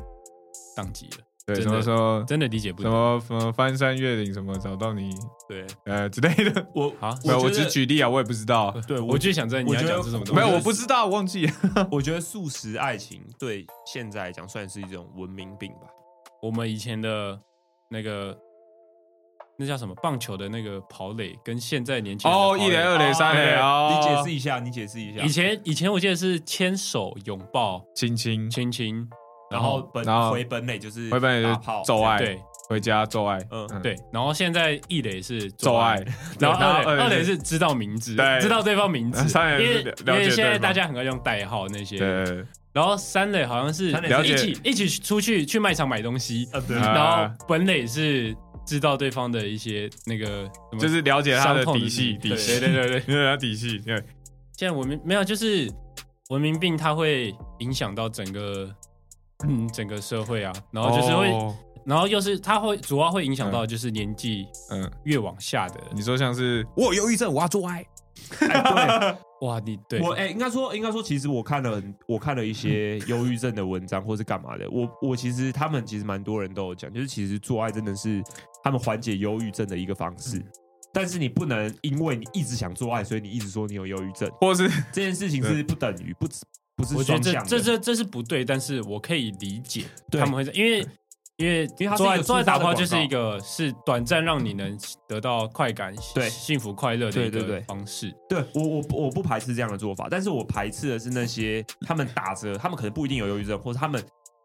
Speaker 2: 宕机了，
Speaker 3: 对
Speaker 2: 真
Speaker 3: 什
Speaker 2: 的
Speaker 3: 么时候
Speaker 2: 真的理解不
Speaker 3: 什
Speaker 2: 了。
Speaker 3: 么什么翻山越岭什么找到你
Speaker 2: 对，
Speaker 3: 呃之类的，
Speaker 1: 我
Speaker 2: 好
Speaker 3: 没有，
Speaker 1: 觉
Speaker 3: 我
Speaker 1: 得
Speaker 3: 只举例啊，我也不知道，
Speaker 1: 对我
Speaker 2: 我就想知道你要
Speaker 1: 我觉得
Speaker 2: 讲是什么东西。
Speaker 3: 没有，我不知道，忘记 了。
Speaker 1: 我觉得素食爱情对现在来讲算是一种文明病吧。
Speaker 2: 我们以前的那个那叫什么棒球的那个跑垒，跟现在年轻人的
Speaker 3: 哦，
Speaker 2: 跑垒
Speaker 3: 一垒、二垒、三垒
Speaker 1: 对
Speaker 3: 哦，
Speaker 1: 你解释一下，你解释一下
Speaker 2: 以。前以前我记得是牵手、拥抱、
Speaker 3: 亲亲，
Speaker 2: 亲亲，
Speaker 1: 然后本
Speaker 3: 哦然后
Speaker 1: 回本垒就是
Speaker 3: 回本也
Speaker 1: 打
Speaker 3: 是
Speaker 1: 炮
Speaker 3: 走爱，
Speaker 2: 对
Speaker 3: 回家做爱，
Speaker 1: 嗯
Speaker 3: 嗯，
Speaker 2: 对，然后现在一垒是
Speaker 3: 做爱，，
Speaker 2: 然后二
Speaker 3: 然
Speaker 2: 垒
Speaker 3: 后
Speaker 2: 二
Speaker 3: 二垒
Speaker 2: 垒
Speaker 3: 是
Speaker 2: 是知道名字，
Speaker 3: 对
Speaker 2: 知道对方名 字，
Speaker 3: 三垒
Speaker 2: 因
Speaker 3: 是
Speaker 2: 为
Speaker 3: 了
Speaker 2: 因
Speaker 3: 了
Speaker 2: 为
Speaker 3: 解
Speaker 2: 现在
Speaker 3: 对方
Speaker 2: 大家很爱用代号那些，
Speaker 3: 对，
Speaker 2: 然后三垒好像是
Speaker 1: 三垒
Speaker 3: 了
Speaker 2: 一
Speaker 3: 解
Speaker 2: 起一起出去去卖场买东西，
Speaker 1: 呃对
Speaker 3: 啊
Speaker 2: 然后本垒是知道对方的一些那个什么
Speaker 3: 就是了解他
Speaker 2: 伤
Speaker 3: 的
Speaker 2: 痛
Speaker 3: 底细，底
Speaker 2: 对
Speaker 3: 细，
Speaker 2: 对对对对。
Speaker 3: 了解他底细，对，
Speaker 2: 现在文明没有，就是文明病，它会影响到整个嗯整个社会啊，然后就是会，
Speaker 3: 哦
Speaker 2: 然后又是它会主要会影响到就是年纪
Speaker 3: 嗯，
Speaker 2: 越往下的人，
Speaker 3: 你说像是我有忧郁症，我要做爱，
Speaker 1: 哎
Speaker 2: 哇，你对
Speaker 1: 对，我哎、应该说，应该说，其实我看了很，我看了一些忧郁症的文章，或是干嘛的。我我其实他们其实蛮多人都有讲，就是其实做爱真的是他们缓解忧郁症的一个方式。
Speaker 3: 嗯
Speaker 1: 但是你不能因为你一直想做爱，所以你一直说你有忧郁症，
Speaker 3: 或是
Speaker 1: 这件事情是不等于不不是
Speaker 2: 我觉
Speaker 1: 双
Speaker 2: 得
Speaker 1: 向的。
Speaker 2: 这这这这是不对，但是我可以理解
Speaker 1: 对
Speaker 2: 他们会这样，因为因为
Speaker 1: 因为它是
Speaker 2: 做
Speaker 1: 一
Speaker 2: 爱
Speaker 1: 个
Speaker 2: 做爱
Speaker 1: 抒发
Speaker 2: 打
Speaker 1: 的
Speaker 2: 炮
Speaker 1: 广
Speaker 2: 就是
Speaker 1: 告
Speaker 2: 一个是短暂让你能得到快感、
Speaker 1: 对
Speaker 2: 幸福快乐的
Speaker 1: 对
Speaker 2: 一
Speaker 1: 对
Speaker 2: 个
Speaker 1: 对
Speaker 2: 方式。
Speaker 1: 对我我不我不排斥这样的做法，但是我排斥的是那些他们打着他们可能不一定有忧郁症，或者他们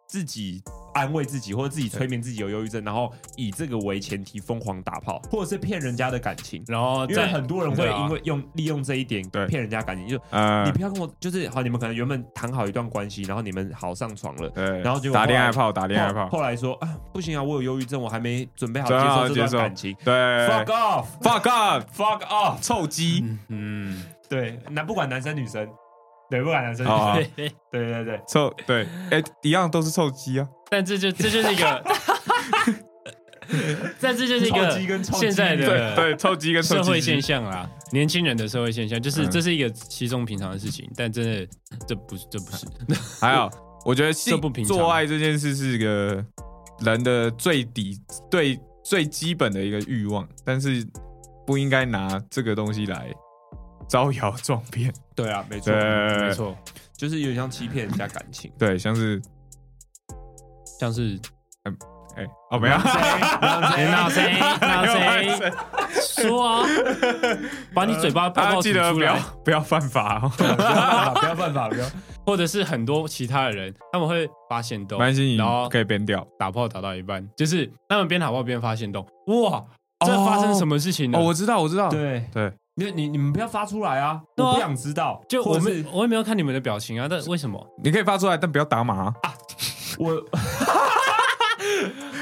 Speaker 1: 自己安慰自己，或者自己催眠自己有忧郁症，然后以这个为前提疯狂打炮，或者是骗人家的感情。呃
Speaker 2: 然后
Speaker 1: 因为
Speaker 2: 在
Speaker 1: 很多人会
Speaker 2: 对啊
Speaker 1: 因为用利用这一点
Speaker 3: 对
Speaker 1: 骗人家感情，就
Speaker 3: 呃
Speaker 1: 你，不要跟我就是好，你们可能原本谈好一段关系，然后你们好上床了，
Speaker 3: 对，
Speaker 1: 然后结果
Speaker 3: 打恋
Speaker 1: 后来
Speaker 3: 爱炮，打恋爱炮
Speaker 1: 后，后来说啊不行啊，我有忧郁症，我还没准备好
Speaker 3: 准备好
Speaker 1: 接受哎这
Speaker 3: 接受
Speaker 1: 段感情
Speaker 3: 对
Speaker 1: ，fuck off，fuck
Speaker 3: ，fuck up，
Speaker 1: off。
Speaker 3: 臭鸡，
Speaker 2: 嗯嗯，
Speaker 1: 对，男不管男生女生，对，不管男生女
Speaker 3: 好
Speaker 1: 生，
Speaker 3: 啊，
Speaker 1: 对对对，
Speaker 3: 臭，对，哎，一样都是臭鸡啊，
Speaker 2: 但这就这就是一个，但这就是一
Speaker 1: 超级
Speaker 2: 个
Speaker 1: 跟超级
Speaker 2: 现在
Speaker 1: 对
Speaker 2: 的
Speaker 3: 对对，臭鸡跟臭
Speaker 2: 社会
Speaker 3: 鸡
Speaker 2: 现
Speaker 3: 鸡，
Speaker 2: 象啦，年轻人的社会现象，就是
Speaker 3: 嗯
Speaker 2: 这是一个稀松平常的事情，但真的这不是这不是，
Speaker 3: 还有，我觉得性
Speaker 2: 这不平常
Speaker 3: 做爱这件事是一个人的最底最最基本的一个欲望，但是不应该拿这个东西来招摇 撞骗。
Speaker 1: 对啊，没错，
Speaker 3: 对，。
Speaker 2: 没，错，
Speaker 1: 就是有点像欺骗人家感情
Speaker 3: 对，像是
Speaker 2: 像是
Speaker 3: 哎、哦，没有，
Speaker 2: 那谁那谁说 啊，把你嘴巴泡
Speaker 3: 大
Speaker 2: 泡
Speaker 3: 家
Speaker 2: 吐
Speaker 3: 记得
Speaker 2: 出
Speaker 3: 不要
Speaker 2: 来，
Speaker 3: 不要犯 法哦。
Speaker 1: 不要犯法，不要犯法，不要。
Speaker 2: 或者是很多其他的人，他们会发现洞，
Speaker 3: 蛮心
Speaker 2: 然后
Speaker 3: 你可以编掉。
Speaker 2: 打炮打到一半，就是他们边打炮边发现洞，哇，这发生什么事情呢？
Speaker 3: 哦，我知道，我知道，
Speaker 1: 对，
Speaker 3: 对，
Speaker 1: 你你你们不要发出来啊！
Speaker 2: 对啊
Speaker 1: 我不想知道。
Speaker 2: 就
Speaker 1: 或
Speaker 2: 我
Speaker 1: 者
Speaker 2: 们
Speaker 1: 是
Speaker 2: 我也没有看你们的表情啊，但为什么？
Speaker 3: 你可以发出来，但不要打码啊。
Speaker 1: 我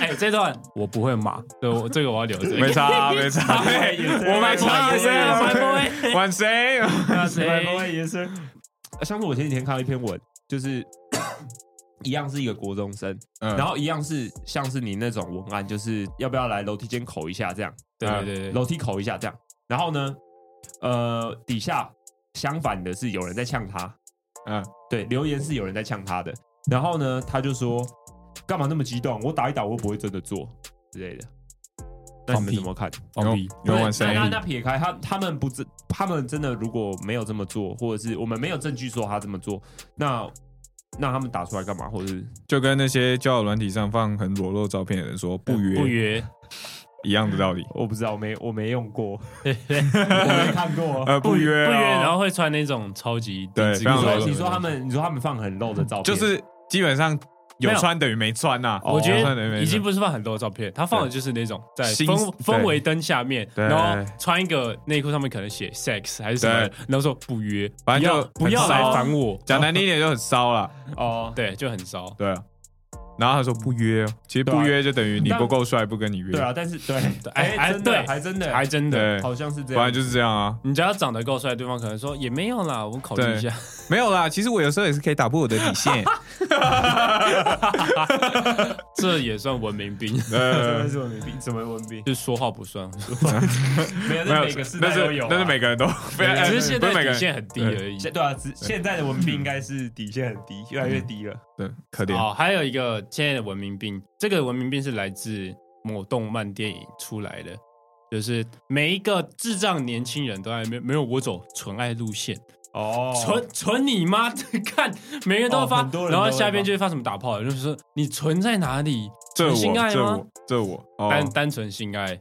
Speaker 2: 哎、这段我不会骂，对我这个我要留着。
Speaker 3: 没差啊，没差。
Speaker 1: 会也是
Speaker 3: 我买车，
Speaker 1: 我
Speaker 3: 我
Speaker 1: 也是
Speaker 3: 买
Speaker 2: 我也
Speaker 3: 车，晚谁？
Speaker 2: 那
Speaker 1: 对，
Speaker 2: 谁
Speaker 1: 不会也是。像是我前几天看到一篇文，就是 一样是一个国中生，
Speaker 3: 嗯
Speaker 1: 然后一样是像是你那种文案，就是要不要来楼梯间口一下这样，
Speaker 2: 对
Speaker 1: 呃
Speaker 2: 对对对，
Speaker 1: 楼梯口一下这样。然后呢，呃，底下相反的是有人在呛他，
Speaker 3: 嗯，
Speaker 1: 对，留言是有人在呛他的。然后呢，他就说：“干嘛那么激动？我打一打，我又不会真的做之类的。”那你
Speaker 2: 放
Speaker 1: 们
Speaker 2: 屁
Speaker 1: 怎么看？
Speaker 2: 放屁，
Speaker 3: 有
Speaker 1: 对
Speaker 3: 玩生
Speaker 1: 那那
Speaker 3: 意，
Speaker 1: 那撇开他，他们不真，他们真的如果没有这么做，或者是我们没有证据说他这么做，那那他们打出来干嘛？或者是
Speaker 3: 就跟那些交友软体上放很裸露照片的人说不约
Speaker 2: 不约，
Speaker 3: 一样的道理。
Speaker 1: 我不知道，我没我没用 过，我没看过。
Speaker 3: 呃，不约哦
Speaker 2: 不约，然后会穿那种超级低
Speaker 3: 对
Speaker 1: 你
Speaker 2: 质
Speaker 3: 非常
Speaker 1: 说
Speaker 3: 裸露
Speaker 1: 你说他，们，你说他们放很露的照片，
Speaker 3: 就是基本上有
Speaker 2: 没有
Speaker 3: 穿等于没穿呐。
Speaker 2: 我觉
Speaker 3: 有穿等哦于没
Speaker 2: 得
Speaker 3: 穿
Speaker 2: 已经不是放很多的照片，他放的就是那种在
Speaker 3: 心
Speaker 2: 氛
Speaker 3: 对
Speaker 2: 氛围灯下面，
Speaker 3: 对
Speaker 2: 然后穿一个内裤上面可能写 sex 还是什么的，然后说不约，
Speaker 3: 反正
Speaker 2: 不要
Speaker 3: 就
Speaker 2: 不要
Speaker 3: 很骚
Speaker 2: 来烦我，
Speaker 3: 讲难听一点就很骚啦。
Speaker 1: 哦，
Speaker 2: 对，就很骚。
Speaker 3: 对啊。然后他说不约哦，其实不约就等于你不够帅，不跟你约。
Speaker 1: 对啊，但是对，
Speaker 2: 哎
Speaker 1: 哎，真的，
Speaker 2: 对
Speaker 1: 还真的，
Speaker 2: 还真的。
Speaker 3: 对，
Speaker 1: 好像是这
Speaker 3: 不
Speaker 1: 样
Speaker 3: 然，就是这样啊。
Speaker 2: 你只要长得够帅，对方可能说也没有啦，我考虑一 下。
Speaker 3: 没有啦，其实我有时候也是可以打破我的底线。
Speaker 2: 这也算文明病，
Speaker 1: 真
Speaker 3: 呃
Speaker 1: 的，是文笔， 什么文笔？
Speaker 2: 就是说话不算，
Speaker 1: 没有，
Speaker 3: 没
Speaker 1: 那
Speaker 3: 有
Speaker 1: 每个时，
Speaker 3: 但
Speaker 1: 代都
Speaker 3: 是
Speaker 1: 有啊，
Speaker 3: 但是每个人都，非
Speaker 1: 对
Speaker 2: 只是现
Speaker 3: 不
Speaker 2: 在
Speaker 3: 是每
Speaker 2: 底
Speaker 3: 个人
Speaker 2: 线很低而已。
Speaker 1: 现对啊，只现在的文笔应该是底线很低，越来越低了。
Speaker 3: 对，可怜。
Speaker 2: 哦，还有一个现在的文明病，这个文明病是来自某动漫电影出来的，就是每一个智障年轻人都在没没有我走纯爱路线，
Speaker 1: 哦
Speaker 2: 纯纯你妈！看每个人都
Speaker 1: 哦
Speaker 2: 发
Speaker 1: 很多，人
Speaker 2: 然后
Speaker 1: 都会
Speaker 2: 下边
Speaker 1: 发
Speaker 2: 就会发什么打炮的，就是说你纯在哪里？
Speaker 3: 这
Speaker 2: 纯性
Speaker 3: 我
Speaker 2: 爱
Speaker 3: 这
Speaker 2: 吗
Speaker 3: 我？这我
Speaker 2: 单
Speaker 3: 哦，
Speaker 2: 单纯性爱。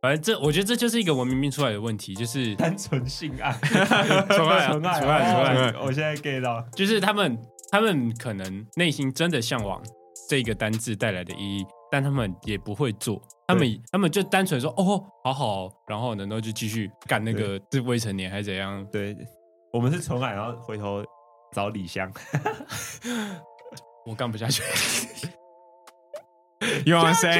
Speaker 2: 反正这，我觉得这就是一个文明病出来的问题，就是
Speaker 1: 单纯性爱，
Speaker 2: 纯爱啊
Speaker 1: 纯爱，
Speaker 2: 纯爱
Speaker 1: 哦
Speaker 3: 纯爱
Speaker 1: 我现在 get 到了，
Speaker 2: 就是他们他们可能内心真的向往这个单字带来的意义，但他们也不会做，他们他们就单纯说哦，好好哦，然后呢，然后就继续干那个是未成年还是怎样，
Speaker 1: 对，我们是纯爱，然后回头找李湘，
Speaker 2: 我干不下 去。
Speaker 3: 有啊谁？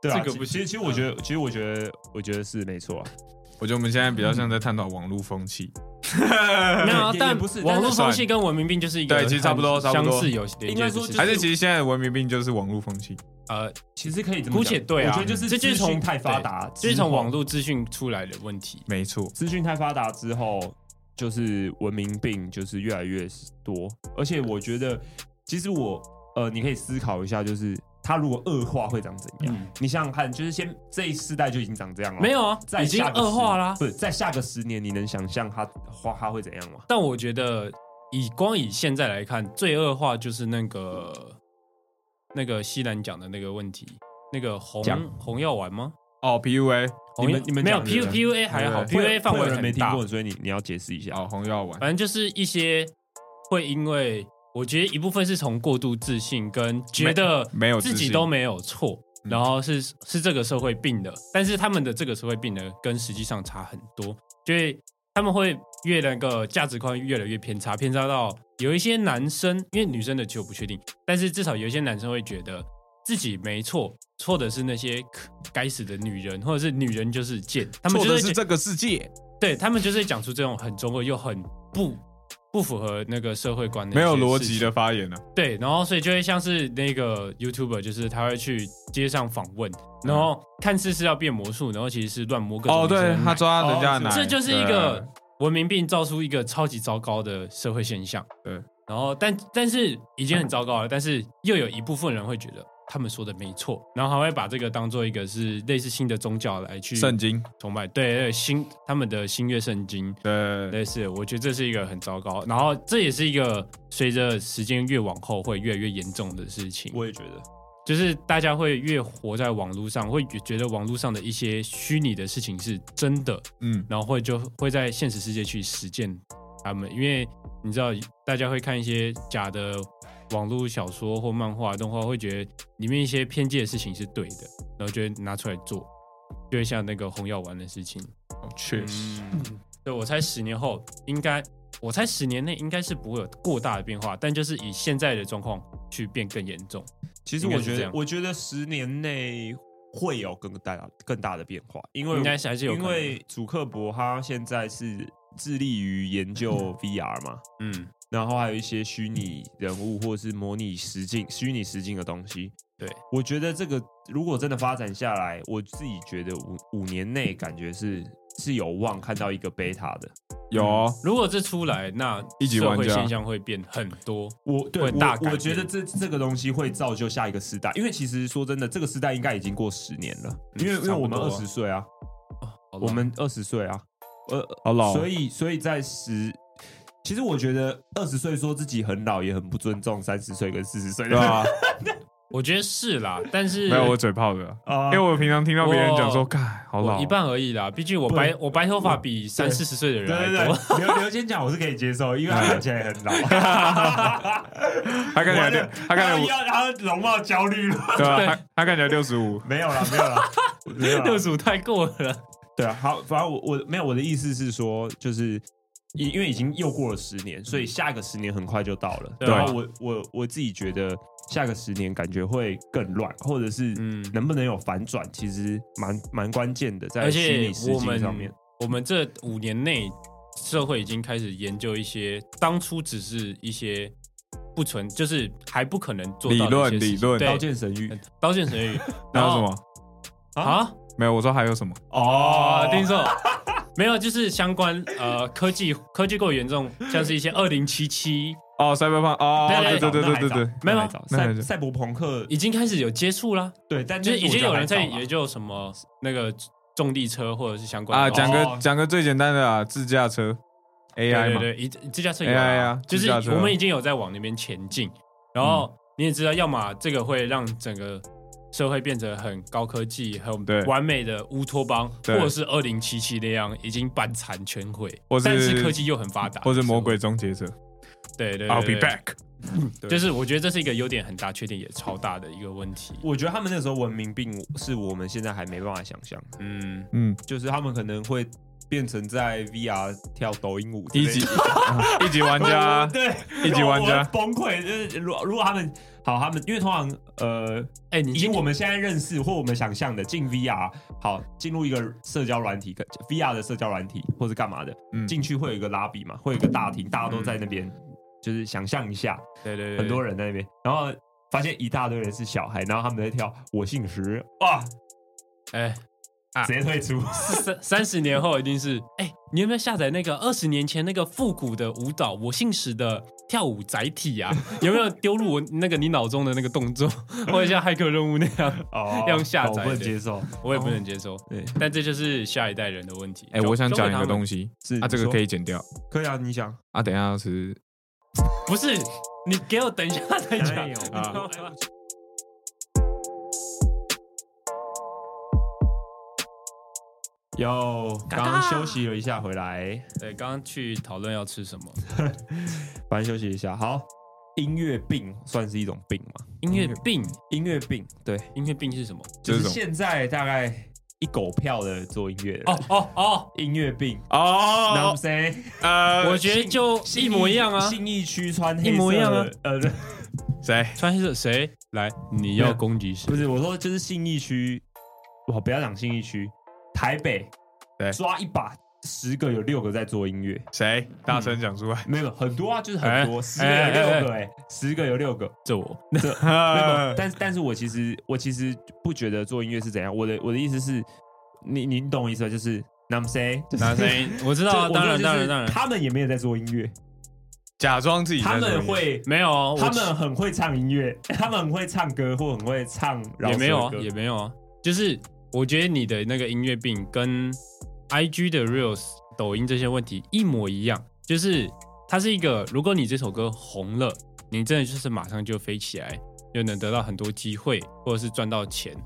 Speaker 1: 对啊，
Speaker 2: 这个不行
Speaker 1: 其实其实我觉得，其实我觉得，我觉得是没错啊。
Speaker 3: 我觉得我们现在比较像在探讨网络风气。
Speaker 2: 嗯没有啊
Speaker 1: 也，也
Speaker 2: 但
Speaker 1: 不是
Speaker 2: 网络
Speaker 1: 但是
Speaker 2: 风气跟文明病就是一个
Speaker 3: 对其实差不多
Speaker 2: 很
Speaker 3: 差不
Speaker 2: 相
Speaker 3: 多
Speaker 2: 似有连
Speaker 1: 应
Speaker 2: 接
Speaker 1: 该
Speaker 2: 的
Speaker 1: 说
Speaker 2: 事
Speaker 1: 就
Speaker 2: 情
Speaker 3: 还是其实现在的文明病就是网络风气，
Speaker 2: 呃，
Speaker 1: 其实可以这么
Speaker 2: 姑
Speaker 1: 讲
Speaker 2: 且对啊，
Speaker 1: 我觉得就是
Speaker 2: 这就是
Speaker 1: 资讯
Speaker 2: 从
Speaker 1: 太发达，哦
Speaker 2: 对这就是从网
Speaker 1: 络
Speaker 2: 络资讯出来的问题。
Speaker 3: 没错。
Speaker 1: 资讯太发达之后，就是文明病就是越来越多，而且我觉得，其实我呃，你可以思考一下，就是它如果恶化会长怎样？
Speaker 2: 嗯
Speaker 1: 你想想看，就是先这一世代就已经长这样了，
Speaker 2: 没。有啊，
Speaker 1: 在
Speaker 2: 已经
Speaker 1: 下个十
Speaker 2: 恶化啦。
Speaker 1: 不是在下个十年，你能想象它花它会怎样吗？
Speaker 2: 但我觉得以光以现在来看，最恶化就是那个那个西兰讲的那个问题，那个红
Speaker 1: 讲
Speaker 2: 红药丸吗？
Speaker 3: 哦，PUA
Speaker 2: 红药
Speaker 1: 你们
Speaker 2: 没有
Speaker 1: 讲的
Speaker 2: P P U A 还好，P U
Speaker 1: 会
Speaker 2: A
Speaker 1: 有
Speaker 2: 范
Speaker 1: 会
Speaker 2: 围
Speaker 1: 有人
Speaker 2: 很
Speaker 1: 没听
Speaker 2: 大，
Speaker 1: 过，所以你你要解释一下。
Speaker 3: 哦，红药丸
Speaker 2: 反正就是一些会因为我觉得一部分是从过度自信跟觉得
Speaker 3: 没有
Speaker 2: 自
Speaker 3: 自
Speaker 2: 己
Speaker 3: 信
Speaker 2: 都没有错。
Speaker 3: 嗯
Speaker 2: 然后是是这个社会病的，但是他们的这个社会病呢，跟实际上差很多，所以他们会越那个价值观越来越偏差，偏差到有一些男生，因为女生的其实我不确定，但是至少有一些男生会觉得自己没错，错的是那些该死的女人，或者是女人就是贱，他们
Speaker 3: 错
Speaker 2: 就
Speaker 3: 的
Speaker 2: 会觉
Speaker 3: 是这个世界，
Speaker 2: 对他们就是讲出这种很中二又很不不符合那个社会观的，
Speaker 3: 没有逻辑。的发言呢。啊
Speaker 2: 对，然后所以就会像是那个 YouTuber，就是他会去街上访问，然后看似是要变魔术，然后其实是乱摸各种
Speaker 3: 嗯哦，
Speaker 2: 女生的
Speaker 3: 对
Speaker 2: 奶
Speaker 3: 他抓人家的奶，
Speaker 2: 这就是一
Speaker 3: 对
Speaker 2: 个文明病造出一个超级糟糕的社会现象。
Speaker 3: 对，
Speaker 2: 然后但但是已经很糟糕了，但是又有一部分人会觉得他们说的没错，然后还会把这个当做一个是类似新的宗教来去
Speaker 3: 圣经，
Speaker 2: 崇拜，对对新他们的新月圣经。
Speaker 3: 对
Speaker 2: 类似，我觉得这是一个很糟糕，然后这也是一个随着时间越往后会越来越严重的事情，
Speaker 1: 我也觉得，
Speaker 2: 就是大家会越活在网络上，会觉得网络上的一些虚拟的事情是真的，
Speaker 3: 嗯，
Speaker 2: 然后会就会在现实世界去实践他们，因为你知道大家会看一些假的网络小说或漫画动画，会觉得里面一些偏见的事情是对的，然后就会拿出来做，就会像那个红药丸的事情。
Speaker 3: 哦确
Speaker 2: 嗯
Speaker 3: 实，
Speaker 2: 对，我猜十年后应该，我猜十年内应该是不会有过大的变化，但就是以现在的状况去变更严重。
Speaker 1: 其实
Speaker 2: 应该
Speaker 1: 我
Speaker 2: 是
Speaker 1: 觉
Speaker 2: 这
Speaker 1: 得
Speaker 2: 样，
Speaker 1: 我觉得十年内会有更大更大的变化，因为
Speaker 2: 应该是还是有可
Speaker 1: 因
Speaker 2: 能
Speaker 1: 为祖克伯他现在是致力于研究 VR 嘛，
Speaker 2: 嗯，
Speaker 1: 然后还有一些虚拟人物或是模拟实境、虚拟实境的东西。
Speaker 2: 对，
Speaker 1: 我觉得这个如果真的发展下来，我自己觉得五五年内感觉是是有望看到一个 beta 的。
Speaker 3: 有哦
Speaker 2: 如果这出来，那
Speaker 3: 一级
Speaker 2: 社
Speaker 3: 玩
Speaker 2: 会
Speaker 3: 家
Speaker 2: 现象会变很多。
Speaker 1: 我对
Speaker 2: 会
Speaker 1: 我
Speaker 2: 大改变
Speaker 1: 我觉得这这个东西会造就下一个世代，因为其实说真的，这个世代应该已经过十年了，
Speaker 2: 嗯
Speaker 1: 因为因为我们
Speaker 2: 差
Speaker 1: 二
Speaker 2: 不多啊
Speaker 1: 十岁啊，
Speaker 2: 好吧
Speaker 1: 我们二十岁啊，呃，
Speaker 3: 好老哦，
Speaker 1: 所以所以在十。其实我觉得二十岁说自己很老也很不尊重三十岁跟四十岁
Speaker 3: 对
Speaker 2: 啊
Speaker 1: 的人 啊
Speaker 3: 吧？
Speaker 2: 我觉得是 啦，但是
Speaker 3: 没有我嘴炮的，
Speaker 1: 啊
Speaker 3: 因为我平常听到别人讲说，
Speaker 2: 我
Speaker 3: 干好
Speaker 2: 我
Speaker 3: 老，哦
Speaker 2: 一半而已啦，毕竟我白我白头发比三四十岁的人
Speaker 1: 对
Speaker 2: 还
Speaker 1: 对
Speaker 2: 多。
Speaker 1: 对，刘刘先讲我是可以接受，因为他看起来很 老，
Speaker 3: 他看起来六，他看起来
Speaker 1: 要他容貌焦虑了，
Speaker 3: 对吧？
Speaker 2: 对
Speaker 3: 他他看起来六十五，
Speaker 1: 没有了，没有 了，没有啦
Speaker 2: 六十五太过了，
Speaker 1: 对啊，好，反正我我没有我的意思是说，就是因因为已经又过了十年，所以下一个十年很快就到了。
Speaker 2: 对
Speaker 1: 然后我我我自己觉得下个十年感觉会更乱，或者是
Speaker 2: 嗯
Speaker 1: 能不能有反转，其实蛮蛮关键的，在
Speaker 2: 而
Speaker 1: 虚
Speaker 2: 且
Speaker 1: 拟实
Speaker 2: 我
Speaker 1: 境
Speaker 2: 们
Speaker 1: 上面。
Speaker 2: 我们这五年内，社会已经开始研究一些当初只是一些不存，就是还不可能做
Speaker 3: 理
Speaker 2: 到的一
Speaker 3: 论
Speaker 2: 些事
Speaker 3: 理
Speaker 2: 情
Speaker 3: 论，，
Speaker 1: 刀
Speaker 2: 对
Speaker 1: 剑神域
Speaker 2: 刀剑神域
Speaker 3: 还有什么？
Speaker 2: 么啊？
Speaker 3: 没有，我说还有什么？
Speaker 1: 啊
Speaker 2: 哦，听说 没有，就是相关呃科技科技够严重，像是一些二零七七
Speaker 3: 哦，Cyberpunk，哦，对
Speaker 2: 对
Speaker 3: 对对对对对，
Speaker 1: 没
Speaker 2: 没有
Speaker 1: 有
Speaker 2: 啊
Speaker 3: 那还
Speaker 1: 赛
Speaker 3: 早
Speaker 1: 赛博朋克，
Speaker 2: 已经开始有接触啦，
Speaker 1: 对，但
Speaker 2: 就是已经有人在研
Speaker 1: 也
Speaker 2: 究什么那个重力车或者是相关的
Speaker 3: 啊，
Speaker 2: 东西
Speaker 3: 讲
Speaker 1: 哦
Speaker 3: 个讲个最简单的啊，自驾车
Speaker 2: 对
Speaker 3: AI 嘛，
Speaker 2: 对对，一自驾车有
Speaker 3: AI
Speaker 2: 啊
Speaker 3: 啊，
Speaker 2: 就是
Speaker 3: 自驾车嗯
Speaker 2: 我们已经有在往那边前进，然后你也知道，要么这个会让整个。社会变成很高科技、
Speaker 3: 对
Speaker 2: 很完美的乌托邦，或
Speaker 3: 对
Speaker 2: 者是二零七七那样已经半残全毁，
Speaker 3: 或是
Speaker 2: 但是科技又很发达，
Speaker 3: 或者魔鬼终结者
Speaker 2: 对对对
Speaker 3: ，I'll
Speaker 2: 对
Speaker 3: be back。对
Speaker 2: 就是我觉得这是一个优点很大，缺点也超大的一个问题。
Speaker 1: 我觉得他们那时候文明病是我们现在还没办法想象的，
Speaker 2: 嗯，
Speaker 3: 嗯，
Speaker 1: 就是他们可能会变成在 VR 跳抖音舞之类
Speaker 3: 一
Speaker 1: 的，，
Speaker 3: 级一级玩家
Speaker 1: 对，
Speaker 3: 一级玩家
Speaker 1: 我崩溃。就是如如果他们好，他们因为通常呃，
Speaker 2: 哎、你
Speaker 1: 以
Speaker 2: 今
Speaker 1: 我们现在认识或我们想象的进 VR，好进入一个社交软体可，VR 的社交软体或是干嘛的，
Speaker 3: 嗯
Speaker 1: 进去会有一个拉比嘛，会有一个大厅，大家都在那边，就是想象一下，
Speaker 2: 对对对，
Speaker 1: 很多人在那边，然后发现一大堆人是小孩，然后他们在跳“我姓石”，哇，
Speaker 2: 哎，
Speaker 1: 直接退 出。
Speaker 2: 三三十年后一定是哎、你有没有下载那个二十年前那个复古的舞蹈我姓史的跳舞载体啊？ 有没有丢入我那个你脑中的那个动作， 或者像骇客任务那样？
Speaker 1: 哦
Speaker 2: 要用下载
Speaker 1: 我不能接受。
Speaker 2: 我也不能接受。
Speaker 1: 对，
Speaker 2: 但这就是下一代人的问题。
Speaker 3: 哎，
Speaker 2: 就
Speaker 3: 我想讲一个
Speaker 2: 西，
Speaker 3: 东西，
Speaker 1: 是
Speaker 3: 啊，这个可
Speaker 1: 以，
Speaker 3: 以剪掉
Speaker 1: 可以啊，你想。
Speaker 3: 啊，等一下是
Speaker 2: 不是你给我等一下再讲
Speaker 1: 哎 呦
Speaker 2: 啊。
Speaker 1: 有，
Speaker 2: 嘎嘎
Speaker 1: 刚刚休息了一下，回来，
Speaker 2: 对，刚刚去讨论要吃什么，
Speaker 1: 反正休息一下。好，音乐病算是一种病吗？
Speaker 2: 音乐病，
Speaker 1: 音乐病，对，
Speaker 2: 音乐病是什么？
Speaker 1: 就是
Speaker 3: 这种
Speaker 1: 现在大概一狗票的做音乐的
Speaker 2: 哦
Speaker 1: 人，
Speaker 2: 哦哦，
Speaker 1: 音乐病，那
Speaker 3: 哦，
Speaker 1: 谁？
Speaker 3: 呃，
Speaker 2: 我觉得就一模一样啊。
Speaker 1: 信义区穿黑色
Speaker 2: 一模一样啊，
Speaker 1: 呃，
Speaker 3: 谁？
Speaker 2: 穿黑色谁来？你
Speaker 3: 啊
Speaker 2: 要攻击谁
Speaker 1: 不？是，我说就是信义区，我不要讲信义区，台北，
Speaker 3: 对
Speaker 1: 抓一把十个有六个在做音乐，
Speaker 3: 谁？大声讲出来！
Speaker 1: 没有很多啊，就是很多，
Speaker 2: 哎
Speaker 1: 十个有六个、哎，十个有六个。
Speaker 2: 这我
Speaker 1: 那个但但是我其实我其实不觉得做音乐是怎样，我的我的意思是，你你懂我意思吧？就是那么谁，
Speaker 3: 嗯
Speaker 1: 就是
Speaker 2: 男声音，我知道啊，
Speaker 1: 就
Speaker 2: 当然
Speaker 1: 我说就是
Speaker 2: 当然当然，
Speaker 1: 他们也没有在做音乐，
Speaker 3: 假装自己在
Speaker 1: 他
Speaker 3: 做音乐
Speaker 1: 们会。
Speaker 2: 没有啊，我
Speaker 1: 他们很会唱音乐， 他们很会唱歌，或很会唱饶舌歌。
Speaker 2: 也没有啊，也没有啊，就是我觉得你的那个音乐病跟 I G 的 reels、抖音这些问题一模一样，就是它是一个，如果你这首歌红了，你真的就是马上就飞起来，就能得到很多机会，或者是赚到钱，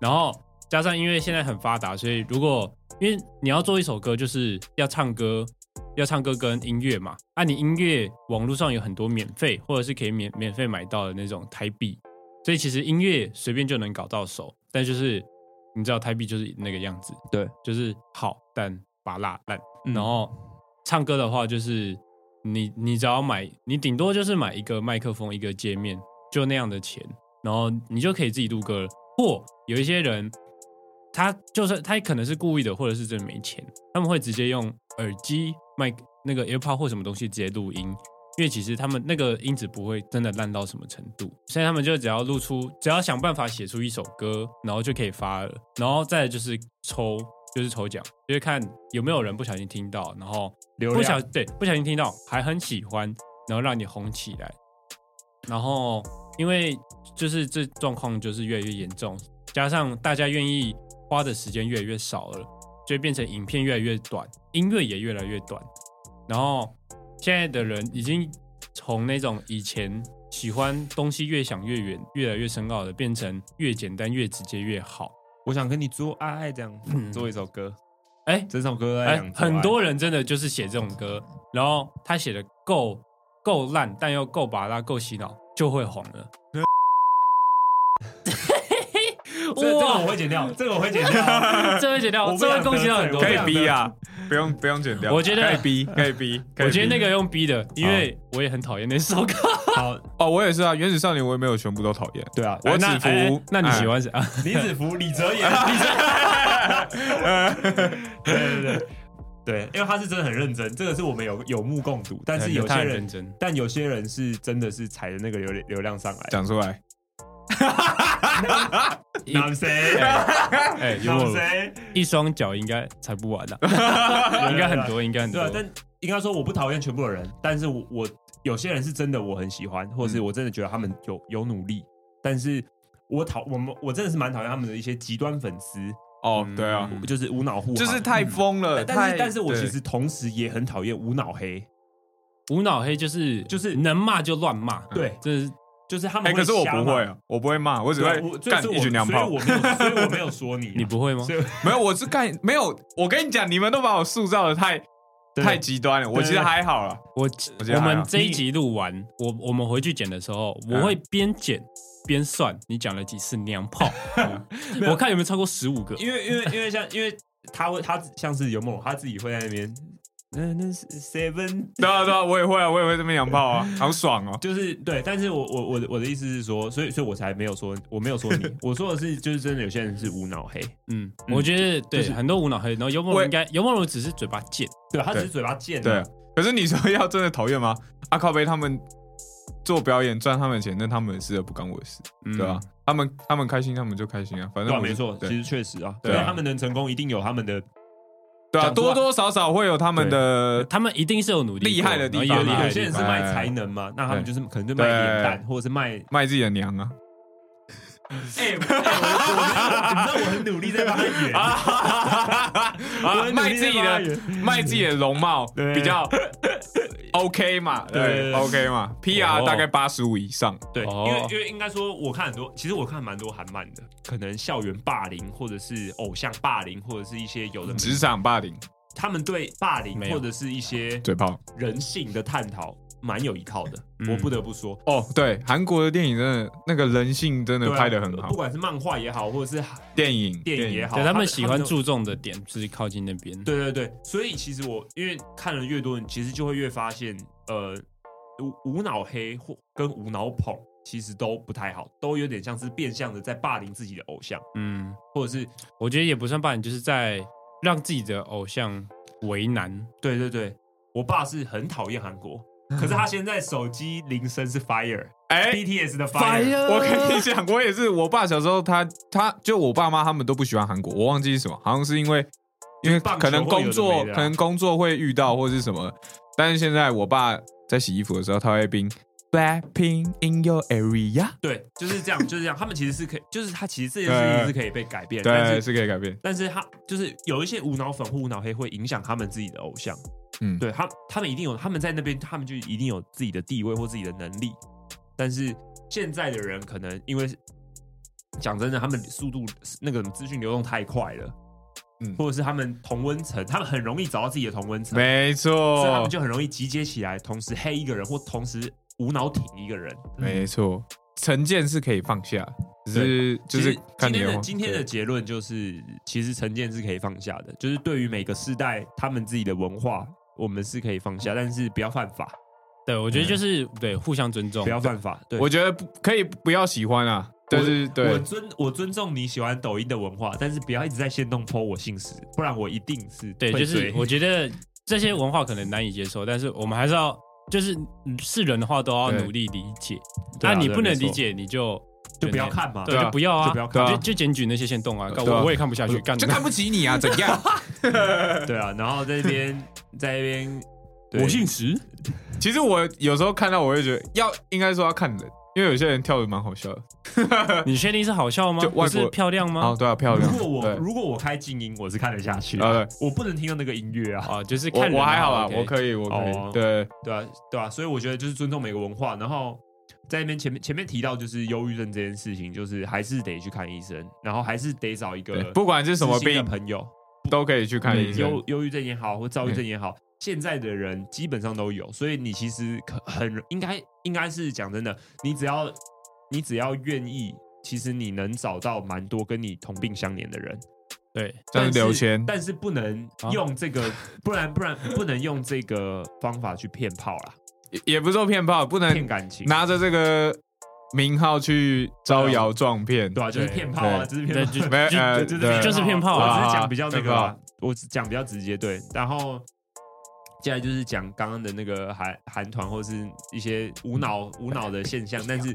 Speaker 2: 然后加上因为现在很发达，所以如果因为你要做一首歌，就是要唱歌，要唱歌跟音乐嘛。啊，你音乐网络上有很多免费或者是可以免免费买到的那种台币，所以其实音乐随便就能搞到手，但就是你知道台币就是那个样子，
Speaker 1: 对，
Speaker 2: 就是好但拔辣烂。
Speaker 1: 嗯
Speaker 2: 然后唱歌的话，就是你你只要买，你顶多就是买一个麦克风一个界面，就那样的钱，然后你就可以自己录歌了。或有一些人，他就是他可能是故意的，或者是真的没钱，他们会直接用耳机麦那个 AirPod 或什么东西直接录音，因为其实他们那个音质不会真的烂到什么程度，所以他们就只要录出，只要想办法写出一首歌，然后就可以发了，然后再来就是抽，就是抽奖，就是看有没有人不小心听到，然后
Speaker 1: 流
Speaker 2: 不小
Speaker 1: 量
Speaker 2: 对不小心听到还很喜欢，然后让你红起来，然后因为就是这状况就是越来越严重，加上大家愿意花的时间越来越少了，所以变成影片越来越短，音乐也越来越短，然后现在的人已经从那种以前喜欢东西越想越远、越来越深奥的，变成越简单、越直接越好。
Speaker 1: 我想跟你做爱这样，
Speaker 2: 嗯
Speaker 1: 做一首歌，
Speaker 2: 哎
Speaker 1: 整首歌在啊
Speaker 2: 哎、
Speaker 1: 讲做爱
Speaker 2: 很多人真的就是写这种歌，然后他写的够够烂，但又够拔辣、够洗脑，就会红 了。
Speaker 1: 这这个我会剪掉，这个我会剪 掉。
Speaker 2: 这会剪掉，
Speaker 1: 我不
Speaker 2: 这会
Speaker 1: 想
Speaker 2: 攻击到
Speaker 1: 得罪
Speaker 2: 很多
Speaker 1: 我不
Speaker 3: 可
Speaker 2: 人。
Speaker 3: 以
Speaker 1: 想
Speaker 3: 逼啊，不用不用剪掉，
Speaker 2: 我觉得
Speaker 3: 可以逼，可以逼。可以
Speaker 2: 我觉得
Speaker 3: 逼
Speaker 2: 那个用逼的，因为我也很讨厌那首歌。
Speaker 1: 好，
Speaker 3: 哦，我也是啊，原始少年我也没有全部都讨厌，
Speaker 1: 对啊，
Speaker 3: 我
Speaker 2: 哎那
Speaker 3: 只服
Speaker 2: 哎那你喜欢 谁啊？
Speaker 1: 李子福、李哲 言、李哲，对对对对，因为他是真的很认真，这个是我们有有目共睹。但是有
Speaker 2: 他
Speaker 1: 些
Speaker 2: 很
Speaker 1: 人
Speaker 2: 认，真，
Speaker 1: 但有些人是真的是踩着那个流流量上来。
Speaker 3: 讲出来。
Speaker 1: 男谁？
Speaker 2: 哎，有
Speaker 1: 男
Speaker 2: 我
Speaker 1: 谁？
Speaker 2: 一双脚应该踩不完的，应该很多，应该很
Speaker 1: 对
Speaker 2: 多
Speaker 1: 啊，。但应该说我不讨厌全部的人，但是我我有些人是真的我很喜欢，或是我真的觉得他们有有努力，但是我讨我们我真的是蛮讨厌他们的一些极端粉丝，
Speaker 3: 哦
Speaker 2: 嗯，
Speaker 3: 对啊，
Speaker 2: 嗯
Speaker 1: 就是无脑护航，
Speaker 3: 就是太疯了。
Speaker 1: 但
Speaker 3: 太
Speaker 1: 是但是我
Speaker 3: 对
Speaker 1: 其实同时也很讨厌无脑黑，
Speaker 2: 无脑黑就是
Speaker 1: 就是
Speaker 2: 能骂就乱骂，
Speaker 1: 对
Speaker 2: 这是
Speaker 1: 就是他
Speaker 3: 嗯哎，
Speaker 1: 们。
Speaker 3: 可是我不会，啊，我不会骂，我只
Speaker 1: 对啊，
Speaker 3: 会
Speaker 1: 我所以
Speaker 3: 干
Speaker 1: 所以
Speaker 3: 一
Speaker 1: 我
Speaker 3: 群娘
Speaker 1: 所以
Speaker 3: 炮
Speaker 1: 我。没有，所以我没有说你啊，
Speaker 2: 你不会吗？
Speaker 1: 所以
Speaker 3: 没有，我是干没有。我跟你讲，你们都把我塑造的太
Speaker 1: 对
Speaker 3: 太极端了。我其
Speaker 1: 对
Speaker 3: 实
Speaker 1: 对
Speaker 3: 还好啦，
Speaker 2: 我
Speaker 3: 我觉得
Speaker 2: 我
Speaker 3: 还
Speaker 2: 们
Speaker 3: 好
Speaker 2: 这一集录完，我我们回去剪的时候，我
Speaker 3: 嗯
Speaker 2: 会边剪边算你讲了几次娘炮，嗯我看有没有超过十五个。
Speaker 1: 因为因为因为像因为他会他像是有某他自己会在那边，那那是 seven
Speaker 3: 对啊对啊，我也会啊， 我也会这边娘炮啊，好爽哦。
Speaker 1: 就是对，但是我我我的我的意思是说，所以所以我才没有说，我没有说 你，我说的是就是真的有些人是无脑黑，
Speaker 2: 嗯，我觉得对
Speaker 1: 就是
Speaker 2: 很多无脑黑，然后尤梦
Speaker 3: 我
Speaker 2: 如
Speaker 3: 也
Speaker 2: 应该尤梦如只是嘴巴贱，
Speaker 1: 对他只是
Speaker 3: 对
Speaker 1: 嘴巴贱啊，
Speaker 3: 对，可是你说要真的讨厌吗？ 阿靠贝他们做表演赚他们钱，那他们的事不干我的事，
Speaker 2: 嗯
Speaker 3: 对吧、他们他们开心，他们就开心啊，反
Speaker 1: 对
Speaker 3: 正
Speaker 1: 啊，
Speaker 3: 我
Speaker 1: 没错，其
Speaker 3: 对
Speaker 1: 实确实啊，
Speaker 3: 对
Speaker 1: 对
Speaker 3: 啊
Speaker 1: 他们能成功，一定有他们的
Speaker 3: 对啊，
Speaker 1: 讲出来
Speaker 3: 多多少少会有他们的
Speaker 2: 他们一定是有努力过
Speaker 3: 厉害的地方
Speaker 2: 然后
Speaker 3: 有
Speaker 2: 也
Speaker 3: 呃厉
Speaker 2: 有
Speaker 3: 害
Speaker 1: 有
Speaker 2: 的
Speaker 1: 些
Speaker 2: 地
Speaker 1: 人是
Speaker 2: 方。
Speaker 1: 卖才能嘛，那他们就是可能就卖
Speaker 3: 对
Speaker 1: 脸蛋，或者是卖
Speaker 3: 卖自己的娘啊，
Speaker 1: 哎、 我我我你知道我很努力在帮他圆， 我
Speaker 3: 啊
Speaker 1: 很努力在帮他
Speaker 3: 卖自己的
Speaker 1: 圆
Speaker 3: 卖自己的容貌
Speaker 1: 对
Speaker 3: 比 较 OK 嘛，对
Speaker 1: 对
Speaker 3: OK 嘛
Speaker 2: 哦
Speaker 3: ，PR 大概八十五以上，
Speaker 1: 对，
Speaker 2: 哦
Speaker 1: 因为因为应该说，我看很多，其实我看蛮多韩漫的，可能校园霸凌，或者是偶像霸凌，或者是一些有的没
Speaker 3: 职场霸凌
Speaker 1: 他们对霸凌
Speaker 2: 没有
Speaker 1: 或者是一些
Speaker 3: 嘴炮
Speaker 1: 人性的探讨蛮有一套的，
Speaker 2: 嗯
Speaker 1: 我不得不说，
Speaker 3: 哦，对，韩国的电影真的那个人性真的
Speaker 1: 对啊
Speaker 3: 拍的很好
Speaker 1: 不，管是漫画也好，或者是
Speaker 3: 电影
Speaker 1: 电影也好，
Speaker 2: 对，他们喜欢
Speaker 1: 都
Speaker 2: 注重的点就是靠近那边。
Speaker 1: 对对对，所以其实我因为看了越多，你其实就会越发现，呃，无无脑黑或跟无脑捧其实都不太好，都有点像是变相的在霸凌自己的偶像，
Speaker 2: 嗯，
Speaker 1: 或者是
Speaker 2: 我觉得也不算霸凌，就是在让自己的偶像为难。
Speaker 1: 对对对，我爸是很讨厌韩国，可是他现在手机铃声是 Fire
Speaker 3: 哎
Speaker 1: BTS 的 Fire，
Speaker 3: 我跟你讲，我也是，我爸小时候他他就我爸妈他们都不喜欢韩国，我忘记是什么，好像是因为因为
Speaker 1: 棒球
Speaker 3: 可能工
Speaker 1: 会有
Speaker 3: 作
Speaker 1: 的没的啊
Speaker 3: 可能工作会遇到或是什么，但是现在我爸在洗衣服的时候，他会冰 Blackpink in your area，
Speaker 1: 对，就是这样，就是这样，他们其实是可以，就是他其实这件事情是可以被改变，但
Speaker 3: 对，
Speaker 1: 是
Speaker 3: 是可以改变，
Speaker 1: 但是他就是有一些无脑粉或无脑黑会影响他们自己的偶像。
Speaker 3: 嗯，
Speaker 1: 对他，他们一定有，他们在那边，他们就一定有自己的地位或自己的能力。但是现在的人可能因为讲真的，他们速度那个资讯流动太快了，
Speaker 3: 嗯
Speaker 1: 或者是他们同温层，他们很容易找到自己的同温层，
Speaker 3: 没
Speaker 1: 所以他
Speaker 3: 错
Speaker 1: 们，就很容易集结起来，同时黑一个人或同时无脑挺一个人。
Speaker 3: 没错，成见是可以放下，只是就
Speaker 1: 其
Speaker 3: 是
Speaker 1: 实
Speaker 3: 看
Speaker 1: 今
Speaker 3: 你
Speaker 1: 天
Speaker 3: 哦有没
Speaker 1: 的
Speaker 3: 有
Speaker 1: 今天的结论就是，其实成见是可以放下的，就是对于每个世代他们自己的文化，我们是可以放下，但是不要犯法，
Speaker 2: 对，我觉得就是对互相尊重
Speaker 1: 不。要犯法。对
Speaker 3: 对，我觉得不可以不要喜欢啊，但是
Speaker 1: 我
Speaker 3: 对。
Speaker 1: 尊我尊重你喜欢抖音的文化，但是不要一直在线动 po 我姓氏，不然我一定是
Speaker 2: 对，
Speaker 1: 会
Speaker 2: 就是
Speaker 1: 追
Speaker 2: 我觉得这些文化可能难以接受，但是我们还是要，就是是人的话都要
Speaker 3: 对
Speaker 2: 努力理解。
Speaker 1: 对啊
Speaker 2: 那你
Speaker 1: 对
Speaker 2: 不能
Speaker 1: 没错
Speaker 2: 理解，你就
Speaker 1: 就不要，看嘛。
Speaker 2: 对，
Speaker 3: 对啊
Speaker 2: 就不要啊，
Speaker 1: 就不要
Speaker 3: 看
Speaker 2: 就就检举那些限动啊，干
Speaker 3: 对啊
Speaker 2: 我我也看不下去，干
Speaker 3: 就看不起 你啊？怎样？
Speaker 1: 对啊，然后在那边，在那边，对
Speaker 2: 我姓石，
Speaker 3: 其实我有时候看到，我会觉得要应该说要看人，因为有些人跳的蛮好笑的。
Speaker 2: 你确定是好笑吗
Speaker 3: 就？外国
Speaker 2: 不是漂亮
Speaker 3: 哦
Speaker 2: 吗，？
Speaker 3: 对啊，漂亮。
Speaker 1: 如果我
Speaker 3: 对
Speaker 1: 如果我开静音，我是看得下去
Speaker 3: 啊
Speaker 1: 的。我不能听到那个音乐 啊，
Speaker 2: 啊，就是看人
Speaker 3: 我我还好
Speaker 2: 啊
Speaker 3: 啦，我可以，我可
Speaker 1: 哦
Speaker 3: 以。对，
Speaker 1: 对啊，对啊，所以我觉得就是尊重每个文化，然后在那边前面前面提到就是忧郁症这件事情，就是还是得去看医生，然后还是得找一
Speaker 3: 对
Speaker 1: 个
Speaker 3: 不管是什么
Speaker 1: 知心的
Speaker 3: 病，
Speaker 1: 朋友，
Speaker 3: 都可以去看医生
Speaker 1: 忧。忧郁症也好，或躁郁症也好，现在的人基本上都有，所以你其实可很应该应该是讲真的，你只要你只要愿意，其实你能找到蛮多跟你同病相怜的人。
Speaker 2: 对，
Speaker 3: 像是啊刘谦
Speaker 1: 但是不能用这个，不然不然不能用这个方法去骗炮啦，
Speaker 3: 也也不是说骗炮，不
Speaker 1: 骗
Speaker 3: 能
Speaker 1: 感情，
Speaker 3: 拿着这个名号去招摇撞骗。
Speaker 1: 对啊，就是骗炮啊，
Speaker 3: 对
Speaker 1: 就是
Speaker 2: 对，
Speaker 1: 骗炮，
Speaker 2: 就
Speaker 3: 没呃
Speaker 1: 就是
Speaker 3: 对
Speaker 2: 就是骗炮
Speaker 1: 我
Speaker 2: 啊
Speaker 1: 只是讲比较那个
Speaker 3: 啊
Speaker 1: 啊，我只讲比较直接对。然后接下来就是讲刚刚的那个韩韩团或是一些无
Speaker 3: 嗯
Speaker 1: 脑无脑的现象，但是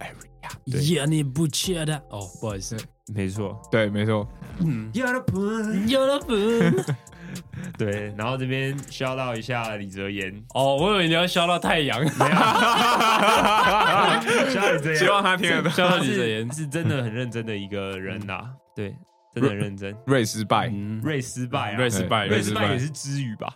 Speaker 1: 对
Speaker 2: 呀，你不缺的哦，不好意思，嗯
Speaker 1: 没错，
Speaker 3: 对，没错。
Speaker 2: 有了不？
Speaker 1: 对。然后这边需要到一下李泽 言，
Speaker 2: 哦，我以为你要笑到太阳，
Speaker 1: 需啊要李泽
Speaker 3: 希
Speaker 1: 言，
Speaker 3: 望他听得到。
Speaker 2: 笑到
Speaker 1: 他
Speaker 2: 李泽
Speaker 1: 是
Speaker 2: 言，
Speaker 1: 是真的很认真的一个人
Speaker 3: 嗯
Speaker 1: 呐，对，真的很认真。
Speaker 3: 瑞失败
Speaker 2: 嗯，
Speaker 1: 瑞失败啊，
Speaker 2: 瑞失败，
Speaker 1: 瑞
Speaker 3: 斯
Speaker 1: 失
Speaker 3: 拜
Speaker 1: 败也是之语吧？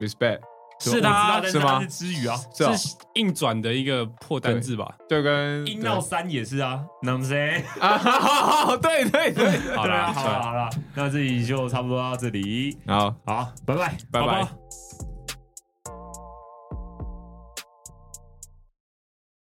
Speaker 3: ，respect，
Speaker 2: 是的啊
Speaker 1: 我知道但是
Speaker 3: 是吗
Speaker 1: 他是之语啊。
Speaker 3: 是哦，
Speaker 2: 是硬转的一个破单字吧？
Speaker 3: 就跟
Speaker 1: 音闹三也是啊，那么谁？
Speaker 3: 对啊，好好好对对对，
Speaker 2: 好
Speaker 1: 对啊，
Speaker 2: 啦，
Speaker 1: 好了好了，那这里就差不多到这里，
Speaker 3: 好，
Speaker 1: 好，拜拜。
Speaker 3: 拜
Speaker 2: 好
Speaker 3: 拜
Speaker 2: 吧。